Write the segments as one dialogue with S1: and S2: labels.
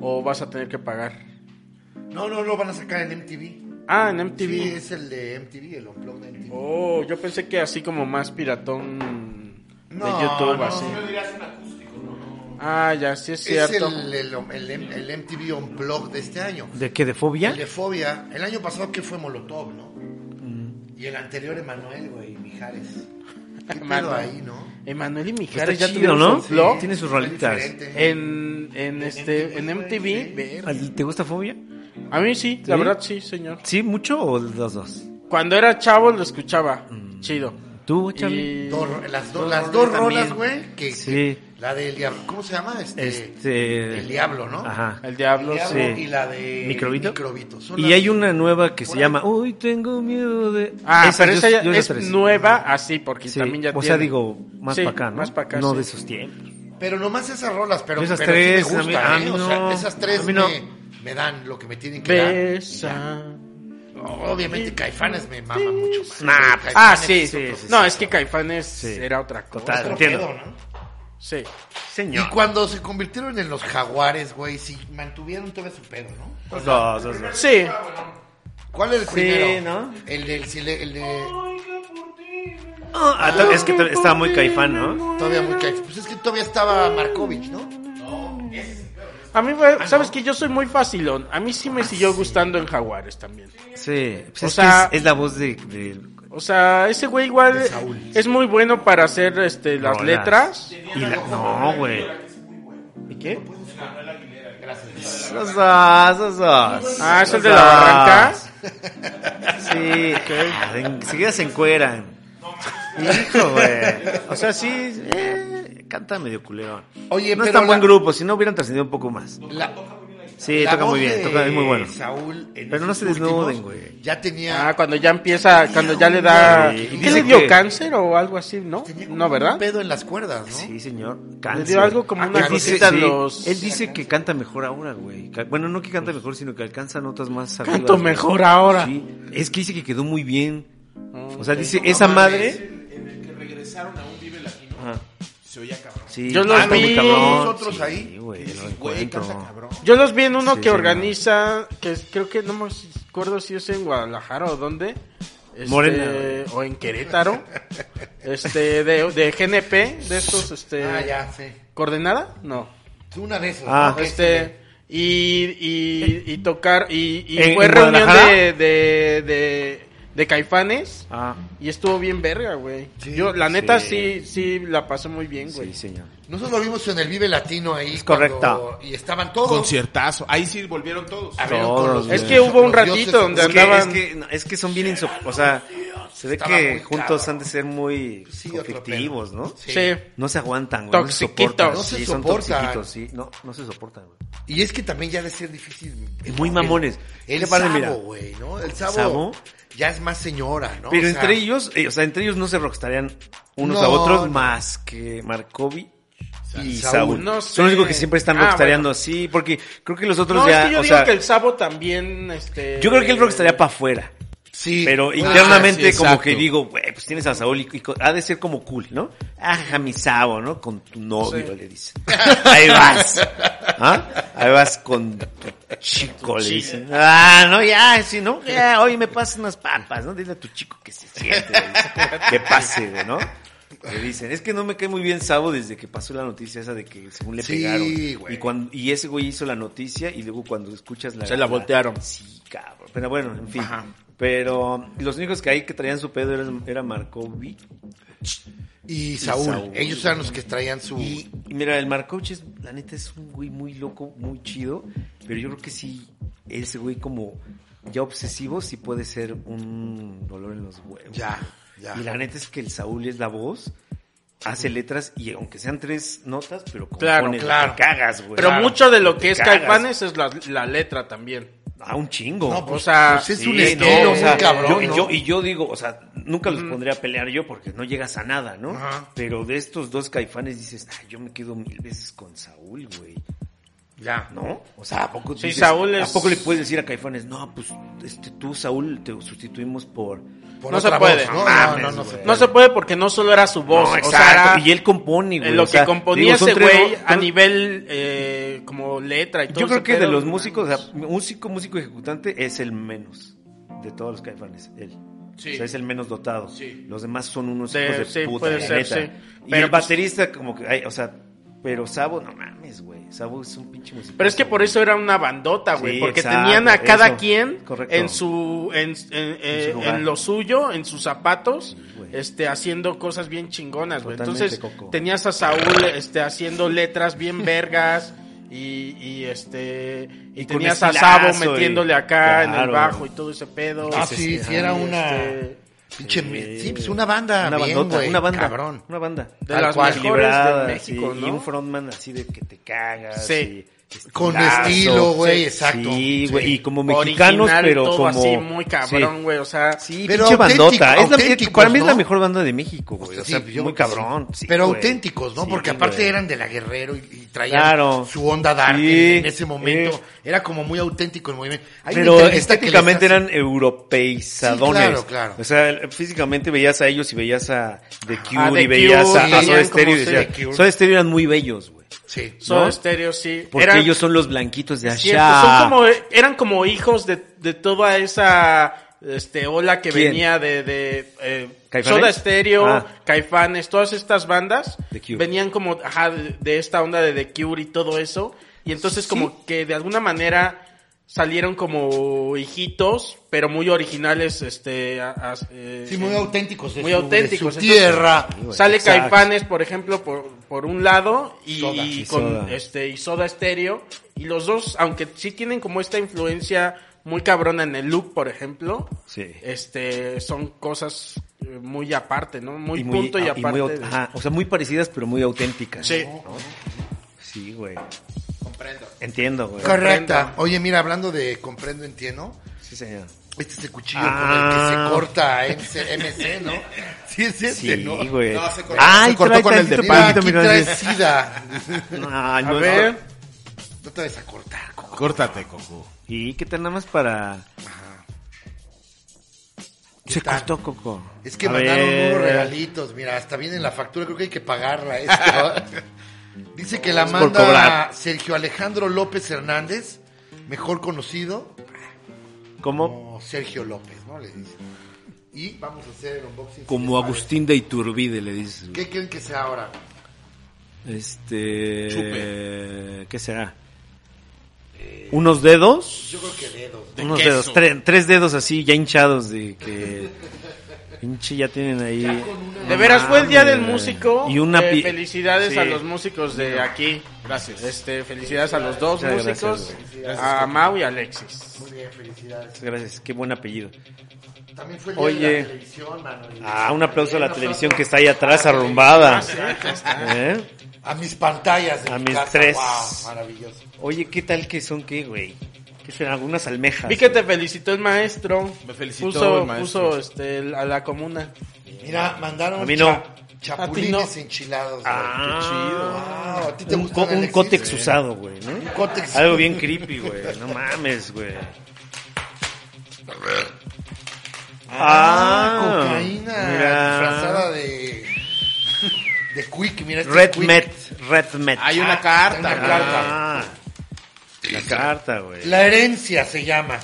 S1: ¿O vas a tener que pagar?
S2: No, no, lo van a sacar en MTV.
S1: Ah, en MTV.
S2: Sí, es el de MTV, el Unplugged de MTV.
S1: Oh, yo pensé que así como más piratón de
S2: No,
S1: YouTube,
S2: no.
S1: así.
S3: Yo diría es un acústico, ¿no?
S1: Ah, ya, sí es
S2: es
S1: cierto.
S2: el, el, el, el MTV Unplugged de este año.
S4: ¿De qué? ¿De fobia?
S2: El de Fobia. El año pasado que fue Molotov, ¿no? Y el anterior Emanuel, güey, Mijares. ¿Qué pedo
S1: Emanuel.
S2: ahí, no?
S1: Emanuel y Mijares
S4: Pues
S1: ya
S4: Está chido,
S1: tuvieron
S4: ¿no?
S1: su blog
S4: Tiene sus
S2: fue
S4: rolitas.
S1: Eh,
S2: diferente.
S1: en, en, este, en MTV. Ver.
S4: ¿Al- Ah, ¿Te gusta fobia?
S1: A mí sí, la
S4: ¿Sí?
S1: verdad sí, señor.
S4: ¿Sí? ¿Mucho o los dos?
S1: Cuando era chavo lo escuchaba.
S4: Mm.
S1: Chido.
S4: ¿Tú, Charlie?
S1: Y- eh,
S2: Dos- las, do- las dos rolas, güey. Que,
S4: Sí.
S2: La del diablo. ¿Cómo se llama? Este,
S4: Este...
S2: El diablo, ¿no?
S4: Ajá.
S1: El
S2: El
S1: diablo,
S2: diablo
S1: sí.
S2: y la de
S4: ¿Microbito?
S2: Son
S4: Y
S2: las-
S4: hay una nueva que se
S2: Por ahí.
S4: llama Uy, tengo miedo de...
S1: Ah,
S4: Esa,
S1: pero
S4: yo-
S1: esa ya
S4: yo esas
S1: es
S4: tres.
S1: nueva así, porque
S4: Sí,
S1: también ya
S4: o sea,
S1: tiene.
S4: digo, más
S1: Sí,
S4: para acá, ¿no?
S1: Más para acá,
S4: No
S1: sí.
S4: de esos tiempos.
S2: Pero nomás esas rolas, pero,
S4: Esas
S2: pero
S4: tres,
S2: sí me
S4: a mí- a
S2: gustan,
S4: mí
S2: ¿eh? O sea,
S4: no.
S2: esas tres
S4: A mí no.
S2: me, me dan lo que me tienen que dar.
S1: Besa.
S2: y ya. Obviamente Caifanes me mama mucho más.
S4: Nah, pues,
S2: Caifanes
S1: Ah, sí,
S2: es
S1: sí,
S2: otro-
S4: sí,
S1: No, es que Caifanes
S4: Sí.
S1: era otra cosa.
S4: Total.
S2: otro
S4: entiendo.
S2: pedo, ¿no?
S1: Sí.
S2: Y cuando se convirtieron en los jaguares, güey, sí mantuvieron todo su pedo, ¿no?
S4: Los dos, los dos.
S1: Sí.
S2: ¿Cuál es el primero?
S4: ¿no?
S2: El del sile- el de
S4: Ah, to- es que to- estaba muy caifán, ¿no?
S2: todavía muy Caif- Pues es que todavía estaba Markovich, ¿no?
S1: A mí, güey, sabes que yo soy muy facilón. A mí sí me siguió gustando en Jaguares también.
S4: Sí. Pues
S1: O
S4: es,
S1: sea-
S4: que es, es la voz de... de-
S1: O sea, ese güey igual
S2: De Saúl.
S1: es muy bueno para hacer este, las
S4: Rolas.
S1: letras.
S4: Y la... No, güey.
S1: ¿Y qué?
S4: Los dos, los dos.
S1: Ah, es el
S4: Los
S1: de la
S4: dos.
S1: barranca.
S4: Sí. Ah, en- Seguidas se encueran. Hijo, güey. O sea, sí, eh, canta medio culero.
S2: Oye,
S4: no
S2: pero
S4: es tan buen
S2: la-
S4: grupo, si no hubieran trascendido un poco más.
S2: La-
S4: Sí,
S2: la
S4: toca muy
S2: voz
S4: bien,
S2: de
S4: toca muy bueno.
S2: Saúl en
S4: Pero no
S2: esos
S4: se desnuden,
S2: últimos
S4: güey.
S2: Ya tenía
S1: Ah, cuando ya empieza, cuando ya le da...
S4: Sí,
S1: ¿Qué
S4: dice
S1: le dio
S4: que-
S1: cáncer o algo así, no?
S2: tenía como
S1: No,
S2: un
S1: ¿verdad?
S2: pedo en las cuerdas, ¿no?
S4: Sí, señor.
S1: Le
S4: Cáncer.
S1: dio algo como
S2: Ah,
S1: una
S2: él dice-
S1: cosita a
S4: sí,
S1: los...
S4: Él dice que canta mejor ahora, güey. Ca- Bueno, no que canta mejor, sino que alcanza notas más arriba.
S1: Canto
S4: güey.
S1: mejor ahora.
S4: Sí. Es que dice que quedó muy bien.
S1: Ah.
S4: O sea,
S1: ok.
S4: dice, esa
S2: mames.
S4: madre...
S3: En el que regresaron a un Vive Latino,
S4: Ajá.
S3: se oía cabrón.
S4: Sí,
S1: Yo los
S4: ah, muy
S1: vi.
S2: Nosotros ahí.
S4: Sí, güey,
S3: Y
S4: lo
S3: dices, güey,
S4: encuentro.
S3: casa cabrón.
S1: Yo los vi en uno
S4: Sí,
S1: que
S4: sí,
S1: organiza, que es- creo que no me acuerdo si es en Guadalajara o dónde. este,
S4: Morena.
S1: O en Querétaro. Este, de, de GNP, de estos, este.
S2: Ah, ya, sí.
S1: ¿Coordenada? No.
S2: Tú Una de esas.
S4: Ah.
S2: ¿no? Que
S1: este. Y, y, y tocar, y, y
S4: ¿En-
S1: fue
S4: en
S1: reunión
S4: Guadalajara?
S1: de, de, de, de Caifanes.
S4: Ah,
S1: Y estuvo bien verga, güey.
S2: Sí,
S1: Yo, la neta,
S4: sí.
S1: sí, sí, la pasé muy bien, güey.
S4: sí, señor.
S2: Nosotros lo vimos en el Vive Latino ahí.
S4: Es correcto.
S2: cuando- Y estaban todos.
S3: Conciertazo. Ahí sí volvieron todos.
S2: abrieron
S4: Todos,
S2: con los-
S4: güey.
S1: Es que hubo un
S2: los dioses,
S1: ratito donde
S4: Es que, es,
S1: andaban.
S4: que, no, es que son bien insop... O sea, se ve
S2: Estaba muy
S4: que juntos
S2: cabrón.
S4: han de ser muy
S2: Sí, otro
S4: conflictivos, ¿no?
S2: Sí.
S1: Sí.
S4: No se aguantan, güey. no se
S1: Toxiquitos.
S4: soportan.
S2: No se
S4: Sí, son
S2: soportan.
S4: toxiquitos, sí. No, no se soportan, güey.
S2: Y es que también ya de ser difícil.
S4: Y muy mamones.
S2: El,
S4: Qué
S2: el
S4: padre, mira.
S2: Sabo, güey, ¿no? El Sabo,
S4: Sabo.
S2: ya es más señora, ¿no?
S4: Pero
S2: O sea,
S4: entre ellos, eh, o sea, entre ellos no se rockstarían unos a
S2: No,
S4: otros
S2: no.
S4: más que Markovi y
S2: Saúl.
S4: Saúl.
S1: No sé.
S4: Son los únicos que siempre están
S1: Ah,
S4: rockstareando
S1: bueno.
S4: así, porque creo que los otros
S1: No,
S4: ya,
S1: es que yo
S4: o
S1: digo
S4: sea,
S1: que el Sabo también, este...
S4: yo creo que el rockstaría para afuera.
S2: Sí.
S4: Pero
S2: Ah,
S4: internamente
S3: sí,
S4: como
S3: exacto.
S4: que digo, güey, pues tienes a Saúl y, y co- ha de ser como cool, ¿no? Ajá, mi Sabo, ¿no? Con tu novio,
S1: Sí.
S4: le dice. Ahí vas. ¿Ah? Ahí vas con tu chico, le dice. Ah, no, ya, si no, ya, oye, me pasas unas papas, ¿no? Dile a tu chico que se siente, le dice. que pase, güey, ¿no? Le dicen, es que no me cae muy bien Sabo desde que pasó la noticia esa de que según le
S2: Sí,
S4: pegaron.
S2: güey.
S4: Y cuando, y ese güey hizo la noticia y luego cuando escuchas la...
S1: Se la voltearon.
S4: Sí, cabrón. Pero bueno, en fin.
S1: Ajá.
S4: Pero los únicos que ahí que traían su pedo eran, era Markovic.
S2: Y Saúl.
S4: Saúl.
S2: Ellos eran los que traían su.
S4: Y, y mira, el Markovic, es, la neta, es un güey muy loco, muy chido. Pero yo creo que sí, ese güey como ya obsesivo, sí puede ser un dolor en los huevos.
S2: Ya, ya.
S4: Y la neta es que el Saúl es la voz, hace letras y aunque sean tres notas, pero compone,
S1: Claro,
S4: te
S2: claro.
S4: cagas, güey.
S1: Pero
S4: Pues Claro.
S1: mucho de lo que
S4: Te
S1: es
S4: cagas.
S1: Caifanes es la, la letra también.
S4: Ah, un chingo.
S2: No,
S1: O sea...
S2: Pues es
S4: Sí,
S2: un estilo muy
S4: no, o sea,
S2: cabrón.
S4: yo- y
S2: ¿no?
S4: yo- y yo digo, o sea, nunca los pondría a pelear yo porque no llegas a nada, ¿no?
S2: Ajá.
S4: Pero de estos dos caifanes dices, ay, yo me quedo mil veces con Saúl, güey.
S2: Ya.
S4: ¿No? O sea, ¿a poco,
S1: Sí, Saúl
S4: ¿a
S1: es-
S4: poco le puedes decir a Caifanes, no, pues este, tú, Saúl, te sustituimos por...
S2: Por
S1: No
S2: otra
S1: se puede.
S2: voz, No, no,
S4: Mames,
S2: no, no se
S4: güey.
S2: puede.
S1: No se puede porque no solo era su voz.
S4: No,
S1: o sea, era-
S4: y él compone, güey.
S1: en lo
S4: o sea,
S1: que componía
S4: digo, son
S1: ese
S4: tres
S1: güey
S4: ro-
S1: a
S4: son-
S1: nivel eh, como letra y todo
S4: Yo creo
S1: ese
S4: que de
S1: pedo,
S4: los
S1: no
S4: músicos, o
S1: mames.
S4: sea, músico, músico ejecutante es el menos de todos los caifanes, él.
S3: Sí.
S4: O sea, es el menos dotado.
S3: Sí.
S4: Los demás son unos
S1: De-
S4: hijos de
S1: sí,
S4: puta,
S1: puede
S4: la
S1: ser,
S4: neta.
S1: sí.
S4: Y
S1: Pero
S4: el
S1: pues-
S4: baterista como que, ay, o sea, pero Sabo, no mames, güey. Sabo es un pinche músico.
S1: Pero es que por eso era una bandota, güey.
S4: Sí,
S1: porque
S4: exacto,
S1: tenían a cada
S4: eso,
S1: quien
S4: correcto.
S1: en su, en, en- eh,
S4: su lugar.
S1: en lo suyo, en sus zapatos,
S4: güey.
S1: este, haciendo cosas bien chingonas, güey.
S4: Totalmente,
S1: Entonces
S4: Coco.
S1: tenías a Saúl este, haciendo letras bien vergas. Y, y este y
S4: Y con
S1: tenías a
S4: estilazo,
S1: Sabo
S4: y-
S1: metiéndole acá en el
S4: claro.
S1: bajo y todo ese pedo.
S2: Ah, sí, sí, era una...
S1: Este,
S2: Pinche...
S4: Sí.
S2: Sí, pues una banda
S4: una
S2: bien,
S4: bandota,
S2: güey,
S4: una banda,
S2: Cabrón.
S4: una banda.
S1: De
S4: Tal
S1: las
S4: cual,
S1: mejores
S4: equilibrada,
S1: de México,
S4: sí,
S1: ¿no?
S4: Y un frontman así de que te cagas.
S1: Sí.
S4: y
S2: Con
S4: estilazo.
S2: estilo, güey,
S4: Sí,
S2: exacto.
S4: Sí, güey, y como
S1: original
S4: mexicanos,
S1: y
S4: pero
S1: todo
S4: como...
S1: así muy
S4: Sí.
S1: cabrón, güey. O sea,
S4: Sí,
S2: Pero
S4: pinche
S2: auténtico-
S4: bandota. Es la-
S2: auténticos,
S4: para mí es la
S2: ¿no?
S4: mejor banda de México, güey. O sea,
S2: Sí, yo
S4: muy
S2: creo que sí.
S4: cabrón. sí,
S2: Pero
S4: güey.
S2: auténticos, ¿no?
S4: Sí,
S2: Porque aparte
S4: güey.
S2: eran de la Guerrero y, y traían
S4: Claro.
S2: su onda dark
S4: Sí,
S2: en, en ese momento.
S4: sí.
S2: Era como muy auténtico el movimiento. Hay una
S4: Pero
S2: entrevista que les
S4: estéticamente
S2: hacen-
S4: eran europeizadones.
S2: Sí, claro, claro.
S4: O sea, físicamente veías a ellos y veías a The Cure
S2: Ah,
S1: The
S4: y veías
S1: Cure,
S4: a, a
S1: sí,
S4: Soda
S1: eran
S4: Stereo.
S1: como
S4: y
S1: sí,
S4: decías,
S2: The Cure.
S4: Soda Stereo eran muy bellos, güey.
S2: Sí.
S1: Soda
S4: ¿no?
S1: Stereo sí.
S4: Porque
S1: Eran-
S4: ellos son los blanquitos de
S1: Cierto,
S4: allá.
S1: son como, eran como hijos de, de toda esa este, ola que
S4: ¿Quién?
S1: venía de, de eh,
S4: ¿Caifanes?
S1: Soda Stereo,
S4: Ah.
S1: Caifanes, todas estas bandas
S4: The Cure.
S1: venían como ajá, de, de esta onda de The Cure y todo eso. Y entonces como que de alguna manera salieron como hijitos, pero muy originales, este, a- a- eh,
S2: Sí, muy
S1: en-
S2: auténticos. de
S1: muy
S2: su- de
S1: auténticos.
S2: su
S1: Entonces,
S2: tierra.
S4: güey,
S1: Sale
S4: exacto.
S1: Caifanes, por ejemplo, por, por un lado y,
S2: Soda.
S1: y
S4: Y
S1: con
S4: Soda.
S1: este y Soda Stereo y los dos, aunque sí tienen como esta influencia muy cabrona en el look, por ejemplo,
S4: Sí.
S1: este son cosas eh, muy aparte, ¿no? Muy,
S4: Y
S1: punto y
S4: ah,
S1: aparte.
S4: muy au-
S1: de-
S4: ajá, o sea, muy parecidas, pero muy auténticas.
S1: Sí.
S4: ¿no? Sí, güey.
S3: Comprendo.
S4: Entiendo, güey.
S2: Correcta. Oye, mira, hablando de comprendo, entiendo.
S4: Sí, señor.
S2: Este es el cuchillo con el
S4: Ah.
S2: que se corta a MC, MC, ¿no? Sí, es este,
S4: Sí,
S2: ¿no?
S4: güey.
S3: No, se cortó.
S4: Ay,
S2: se cortó
S4: trae
S2: con el de
S4: tantito
S2: Mira,
S4: palito,
S2: aquí
S4: mira,
S2: trae
S4: sí.
S2: sida.
S4: Ay,
S1: A
S4: no,
S1: ver,
S2: No te vas a cortar. co-
S3: Córtate, Coco.
S4: ¿Y qué tal nada más para...?
S2: ¿Qué
S4: Se
S2: tal?
S4: cortó, Coco.
S2: Es que
S4: A
S2: mandaron
S4: ver.
S2: unos regalitos. Mira, hasta viene la factura. Creo que hay que pagarla. esta. Dice que la
S4: por
S2: manda
S4: cobrar.
S2: Sergio Alejandro López Hernández, mejor conocido
S4: Como,
S2: como Sergio López, ¿no? Le dice. Y vamos a hacer el unboxing.
S5: Como
S2: si les parece.
S5: Agustín de Iturbide, le dices. güey.
S2: ¿Qué creen que sea ahora?
S5: Este.
S4: ¿Qué será? ¿Unos dedos?
S2: Yo creo que dedos.
S4: unos
S3: queso.
S4: dedos. Tres, tres dedos así, ya hinchados de que... Pinche, ya tienen ahí...
S1: de veras fue el día del
S4: Mames.
S1: músico.
S4: Y una
S1: eh,
S4: pi-
S1: felicidades
S4: Sí.
S1: a los músicos de aquí.
S3: Gracias.
S1: Este, felicidades a los dos
S4: Muchas gracias,
S1: músicos,
S4: güey.
S1: a Mau y Alexis.
S2: Muy bien, felicidades.
S4: Gracias, qué buen apellido.
S2: También fue el día
S4: Oye.
S2: de la televisión, Manuel.
S4: Ah, un aplauso a
S2: Un
S4: la
S2: aplauso
S4: televisión que está ahí atrás, arrumbada. ¿Eh?
S2: A mis pantallas de
S4: A
S2: mi
S4: mis
S2: casa.
S4: tres.
S2: Wow, maravilloso.
S4: Oye, ¿qué tal que son qué, güey? ¿Qué serán? Algunas almejas.
S1: Vi que te felicitó el maestro.
S3: Me felicitó
S1: puso,
S3: el maestro.
S1: Puso este, el- a la comuna.
S2: Mira, mandaron
S4: A mí no.
S2: cha-
S1: A
S2: chapulines
S1: ti
S2: enchilados.
S4: Ah,
S2: güey. Wow, ¿a ti te
S4: un,
S2: gustan,
S4: co- un
S2: Alexis? ¿eh?
S4: cótex
S2: Sí.
S4: usado, güey, ¿no?
S2: Un cótex.
S4: Algo bien creepy, güey. No mames, güey.
S2: Ah,
S4: Ah,
S2: cocaína.
S4: mira.
S2: Disfrazada de. De Quick, mira este
S4: Red
S2: Quick. Ah,
S4: Met, Red Met.
S3: Hay una
S2: Hay una
S3: carta.
S2: carta.
S4: Ah, la carta, güey.
S2: La herencia se llama.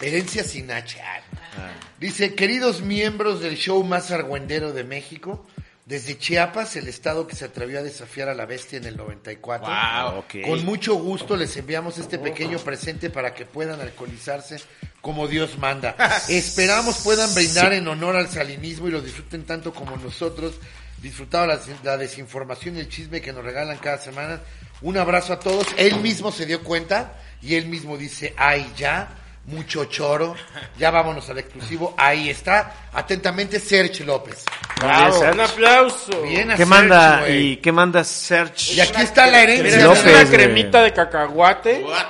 S2: Herencia sin H. Ah. Dice, queridos miembros del show más argüendero de México, desde Chiapas, el estado que se atrevió a desafiar a la bestia en el 94.
S3: Wow.
S4: ok.
S2: Con mucho gusto les enviamos este pequeño presente para que puedan alcoholizarse como Dios manda. Esperamos puedan brindar en honor al salinismo y lo disfruten tanto como nosotros. Disfrutado la, la desinformación y el chisme que nos regalan cada semana. Un abrazo a todos. Él mismo se dio cuenta y él mismo dice, ay ya, mucho choro. Ya vámonos al exclusivo. Ahí está. Atentamente, Serge López.
S1: Bravo,
S4: Serge.
S1: un aplauso.
S2: Bien a Serge,
S4: ¿Qué manda?
S2: güey.
S4: ¿Y qué manda Search?
S2: Y aquí está la
S1: Mira,
S2: herencia.
S1: es
S4: López,
S1: una
S4: güey.
S1: cremita de cacahuate.
S3: What?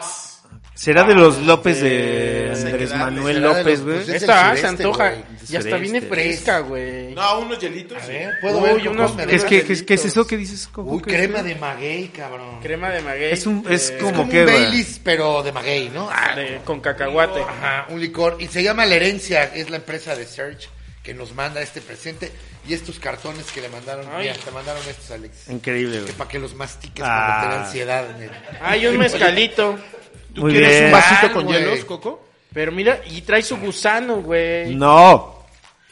S4: ¿Será de los López de
S3: eh, se
S4: Andrés
S3: quedaron,
S4: Manuel
S2: será de
S4: López,
S2: los-
S4: güey?
S2: pues es
S1: Esta ah,
S2: el
S1: se
S2: sureste,
S1: antoja.
S2: güey,
S4: el
S1: Y hasta viene
S4: sureste.
S1: fresca, güey.
S3: No, unos hielitos.
S2: A ver, puedo
S1: Uy,
S2: ver cómo
S1: unos-
S2: me
S4: ¿Qué es,
S2: veo?
S4: que, qué es- qué es eso? ¿Qué dices? ¿Cómo
S2: Uy,
S4: que-
S2: crema de maguey, cabrón.
S1: Crema de maguey.
S4: Es un- es
S1: eh,
S4: como-
S2: un
S4: qué, güey?
S2: Baileys, pero de maguey, ¿no? Ah,
S1: de- con cacahuate.
S2: Ajá, un licor. Y se llama La Herencia, es la empresa de Search que nos manda este presente y estos cartones que le mandaron.
S1: Ay.
S2: Mira, te mandaron estos, Alex.
S4: Increíble,
S2: Que
S4: güey.
S2: para que los mastiques
S4: Ah.
S2: cuando te da ansiedad. nene.
S1: Hay un mezcalito.
S3: ¿Tú
S4: Muy
S3: quieres
S4: bien.
S3: un vasito
S2: Ah,
S3: con
S2: güey.
S3: hielos, Coco?
S1: Pero mira, y trae su gusano, güey.
S4: No.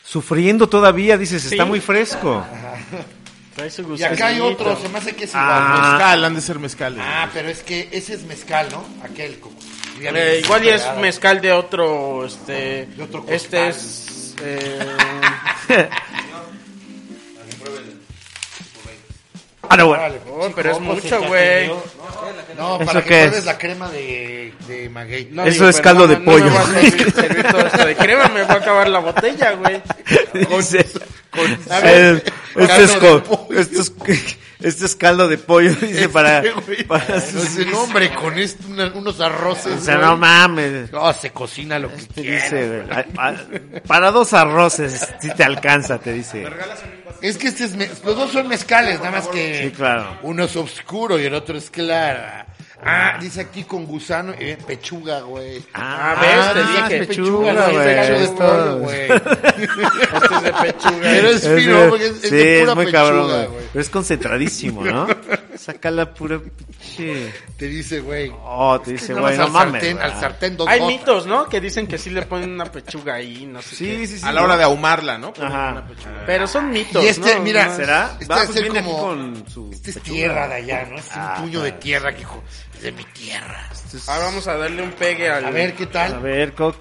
S4: Sufriendo todavía, dices, está
S1: Sí.
S4: muy fresco.
S1: Trae su
S2: Y
S1: gusano.
S2: acá hay otro, se me hace que es igual.
S4: Ah.
S2: ¿no?
S3: Mezcal, han de ser mezcales.
S2: Ah, pero es que ese es mezcal, ¿no? Aquel. como- Ya
S1: Eh,
S2: me-
S1: igual y es
S2: pegado.
S1: mezcal de otro, este,
S2: De otro
S1: este
S2: costal.
S1: es, eh,
S4: Ah, no, bueno.
S2: Órale,
S1: Oh,
S2: chico,
S1: pero es
S2: ¿cómo se
S1: mucho,
S2: te
S1: güey.
S2: atendió? No,
S4: ¿Eso
S2: para que
S4: qué
S2: pruebes
S4: es?
S2: la crema de, de maguey.
S1: no,
S4: Eso
S1: digo,
S4: es
S1: pero
S4: caldo de
S1: no me
S4: pollo.
S1: va a servir- servir todo esto de crema, me va a acabar la botella, güey.
S4: Dice,
S2: A
S4: eh,
S2: ver,
S4: Este es,
S2: caldo de
S4: co-
S2: pollo.
S4: esto es- este es caldo de pollo, dice, para,
S2: Este, güey,
S4: para
S2: no
S4: sus...
S2: sé, no, hombre, con esto, una- unos arroces.
S4: O sea,
S2: güey.
S4: no mames.
S2: No, se cocina lo que
S4: Te
S2: quieras,
S4: dice,
S2: güey.
S4: güey, a- a- para dos arroces, si te alcanza, te dice.
S2: Es que este es mez- los dos son mezcales, nada más que
S4: Sí, claro.
S2: uno es oscuro y el otro es clara. Ah, dice aquí con gusano, eh, pechuga, güey.
S4: Ah,
S1: ves, te
S4: ah,
S1: dije que-
S4: pechuga,
S2: no es
S4: güey.
S2: pecho de pollo,
S4: güey.
S2: güey.
S1: Este es de pechuga.
S2: Pero es fino, porque es, es
S4: sí,
S2: de
S4: es
S2: pura
S4: muy
S2: pechuga,
S4: cabrón, güey.
S2: güey.
S4: Pero es concentradísimo, ¿no? Saca la pura pinche.
S2: Te dice, güey.
S4: Oh, te dice,
S2: nada
S4: güey,
S2: más
S4: no
S2: al
S4: mames.
S2: sartén,
S4: güey.
S2: al sartén dos
S1: Hay
S2: gotas.
S1: mitos, ¿no? Que dicen que sí le ponen una pechuga ahí, no sé qué.
S4: Sí, sí, sí.
S3: A la hora de ahumarla, ¿no? Ponen
S4: Ajá.
S3: una pechuga.
S1: Pero son mitos,
S2: Y este,
S1: ¿no?
S2: mira,
S1: No,
S4: ¿Será?
S2: Este
S4: Va,
S2: va a
S4: pues
S2: ser
S4: viene aquí
S2: como-
S4: con su
S2: Esta es
S4: pechuga.
S2: tierra de allá, ¿no? Es un
S4: Ah,
S2: puño de tierra que hijo, es de mi tierra.
S1: Ahora vamos a darle un pegue al...
S2: Este A ver qué tal.
S4: A ver, Cox.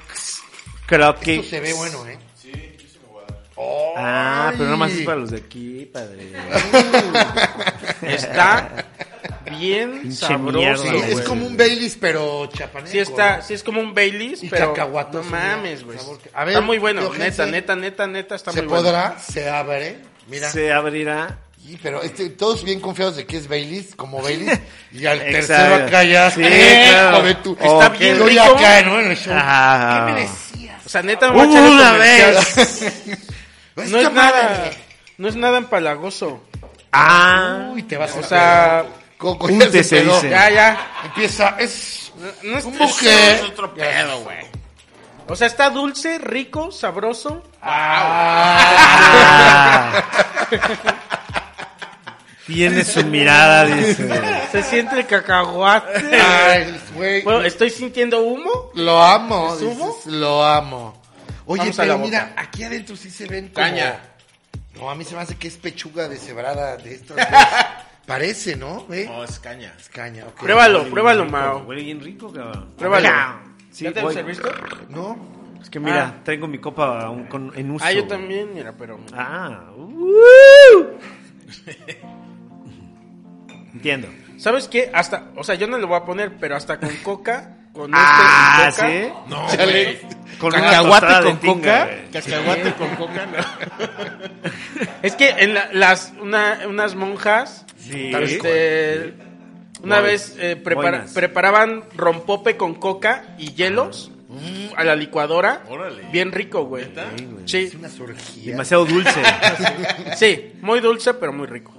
S4: Creo que.
S2: Esto se ve bueno, ¿eh? Sí,
S4: Ah, pero nomás es para los de aquí, padre.
S1: Está bien
S4: Pinche
S1: sabroso,
S4: mierda,
S1: güey.
S2: es
S4: güey.
S2: como un Baileys, pero chapaneco.
S1: Sí está,
S2: ¿no?
S1: sí es como un Baileys,
S2: Y
S1: pero no
S2: cacahuatos, sí,
S1: mames, güey.
S2: sabor que- A ver,
S1: Está muy bueno,
S2: fíjense.
S1: neta, neta, neta, neta, está
S2: Se
S1: muy bueno.
S2: podrá, se abre. Mira.
S4: Se abrirá.
S2: Y, pero este, todos bien confiados de que es Baileys, como Baileys. Y al
S4: Exacto.
S2: tercero acá ya.
S4: Sí,
S2: ¡Eh,
S4: claro.
S2: joder, tú!
S4: Oh,
S2: Está
S4: qué
S2: bien rico.
S1: rico.
S2: acá, ¿no? En el show.
S4: Ah.
S1: O sea, neta, me voy a echar el
S4: Una
S1: comercial.
S4: vez.
S1: No es
S2: Esta
S1: nada,
S2: madre.
S1: no es nada empalagoso.
S4: Ah.
S2: Uy, te vas a
S1: O sea,
S2: Coco,
S4: Punte
S2: ya se
S4: se
S2: quedó.
S4: dice.
S1: ya, ya.
S2: Empieza, es
S1: No es
S2: un buque.
S1: O sea, está dulce, rico, sabroso.
S4: Tiene su mirada, dice.
S1: Se siente el cacahuate.
S2: Ay, güey.
S1: Bueno, estoy sintiendo humo.
S2: Lo amo,
S1: ¿Sumo?
S2: dices, lo amo. Oye,
S1: Vamos a
S2: pero
S1: la boca.
S2: mira, aquí adentro sí se ven como...
S3: Caña.
S2: No, a mí se me hace que es pechuga deshebrada de estas. Parece, ¿no? ¿Ve?
S3: No, es caña.
S2: Es caña, ok.
S1: Pruébalo, pruébalo, Mao.
S4: Huele bien rico, cabrón.
S1: Pruébalo.
S4: Sí,
S1: ¿Ya te lo
S4: voy.
S1: serviste?
S2: ¿No?
S4: Es que mira, tengo mi copa aún con- en uso.
S1: Ah, yo también, mira, pero...
S4: Ah. uh. Entiendo.
S1: ¿Sabes qué? Hasta, o sea, yo no lo voy a poner, pero hasta con coca, con
S4: Ah,
S1: este y
S4: ¿sí?
S1: coca.
S3: No,
S2: Chale.
S3: güey.
S4: Con una tostada
S3: Cacahuate
S4: de
S3: con
S4: tinga,
S3: coca.
S4: güey.
S3: Cacahuate con coca. no.
S1: Es que en la- las una- unas monjas,
S4: Sí.
S1: este, una vez
S4: Boinas.
S1: eh, prepara-
S4: Boinas.
S1: preparaban rompope con coca y hielos mm, a la licuadora.
S3: Órale.
S1: Bien rico, güey.
S2: Es
S1: Sí,
S2: una orgías.
S4: Demasiado dulce.
S1: sí, muy dulce, pero muy rico.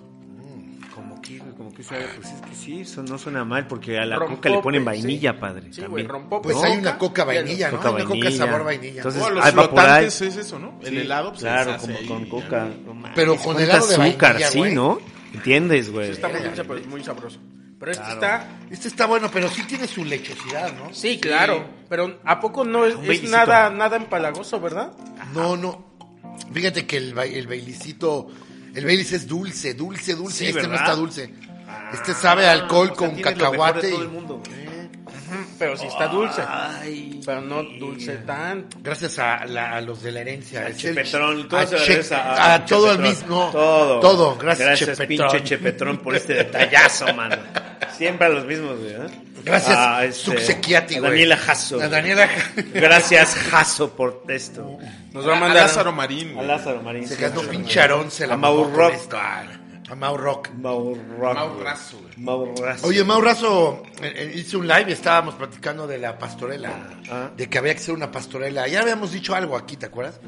S4: como que, güey, como que sabe, pues es que sí, eso no suena mal porque a la
S1: Rompope,
S4: coca le ponen
S1: sí.
S4: vainilla, padre.
S1: Sí, güey,
S4: también.
S1: rompope.
S2: Pues hay una coca vainilla, ¿no?
S4: Coca
S2: Hay una coca
S4: vainilla.
S2: sabor vainilla.
S4: Entonces,
S3: Oh, los
S4: al vaporar.
S3: flotantes es eso, ¿no? El
S4: Sí,
S3: helado. pues,
S4: claro,
S3: se
S4: como
S3: hace
S4: con
S3: ahí,
S4: coca.
S3: ya.
S4: No mames,
S2: Pero con
S4: cuánta
S2: helado de
S4: azúcar,
S2: vainilla,
S4: sí,
S2: güey.
S4: ¿no? ¿Entiendes, güey? Este
S1: Está muy dulce, pero es muy sabroso. Pero este está,
S2: Este está bueno, pero sí tiene su lechosidad, ¿no?
S1: sí, claro. Pero ¿a poco no es,
S4: Un
S1: es
S4: bailecito.
S1: nada, nada empalagoso, verdad?
S2: No, no. Fíjate que el, ba- el bailicito... El Baileys es dulce, dulce, dulce.
S4: Sí,
S2: este no
S4: ¿verdad? Ah,
S2: está dulce. Este sabe a alcohol con cacahuate. y-
S1: Pero sí está dulce. pero no dulce tanto.
S2: Gracias a, la- a los de la herencia.
S4: A
S2: Es
S4: Che
S2: el-
S4: Petrón, todo
S2: a
S4: se lo
S2: Che-
S4: regresa
S2: a,
S4: ah, Che
S2: todo el
S4: Petrón.
S2: mismo.
S4: Todo.
S2: Todo, gracias,
S4: Gracias,
S2: Che Petrón.
S4: pinche Chepetrón, por este detallazo, mano. Siempre a los mismos, güey. ¿eh?
S2: Gracias,
S4: A,
S2: Subsequiati,
S4: a
S2: güey.
S4: Daniela Jasso.
S2: A Daniela.
S4: Gracias, Jasso, por esto.
S1: Nos va a
S3: A
S1: mandar.
S3: Lázaro Marín.
S4: A
S3: güey.
S4: Lázaro Marín.
S2: Se
S4: sí,
S2: ganó
S4: Lázaro
S2: pinche Aarón, se la
S4: A Mau
S2: mamó con
S4: Rock.
S2: esto. Ah, A Mau Rock.
S4: Maurrazo.
S3: Maurrazo, güey.
S4: Maurrazo.
S2: Oye, Mau Razo eh, eh, hizo un live, estábamos platicando de la pastorela,
S4: Ah.
S2: de que había que hacer una pastorela. Ya habíamos dicho algo aquí, ¿te acuerdas?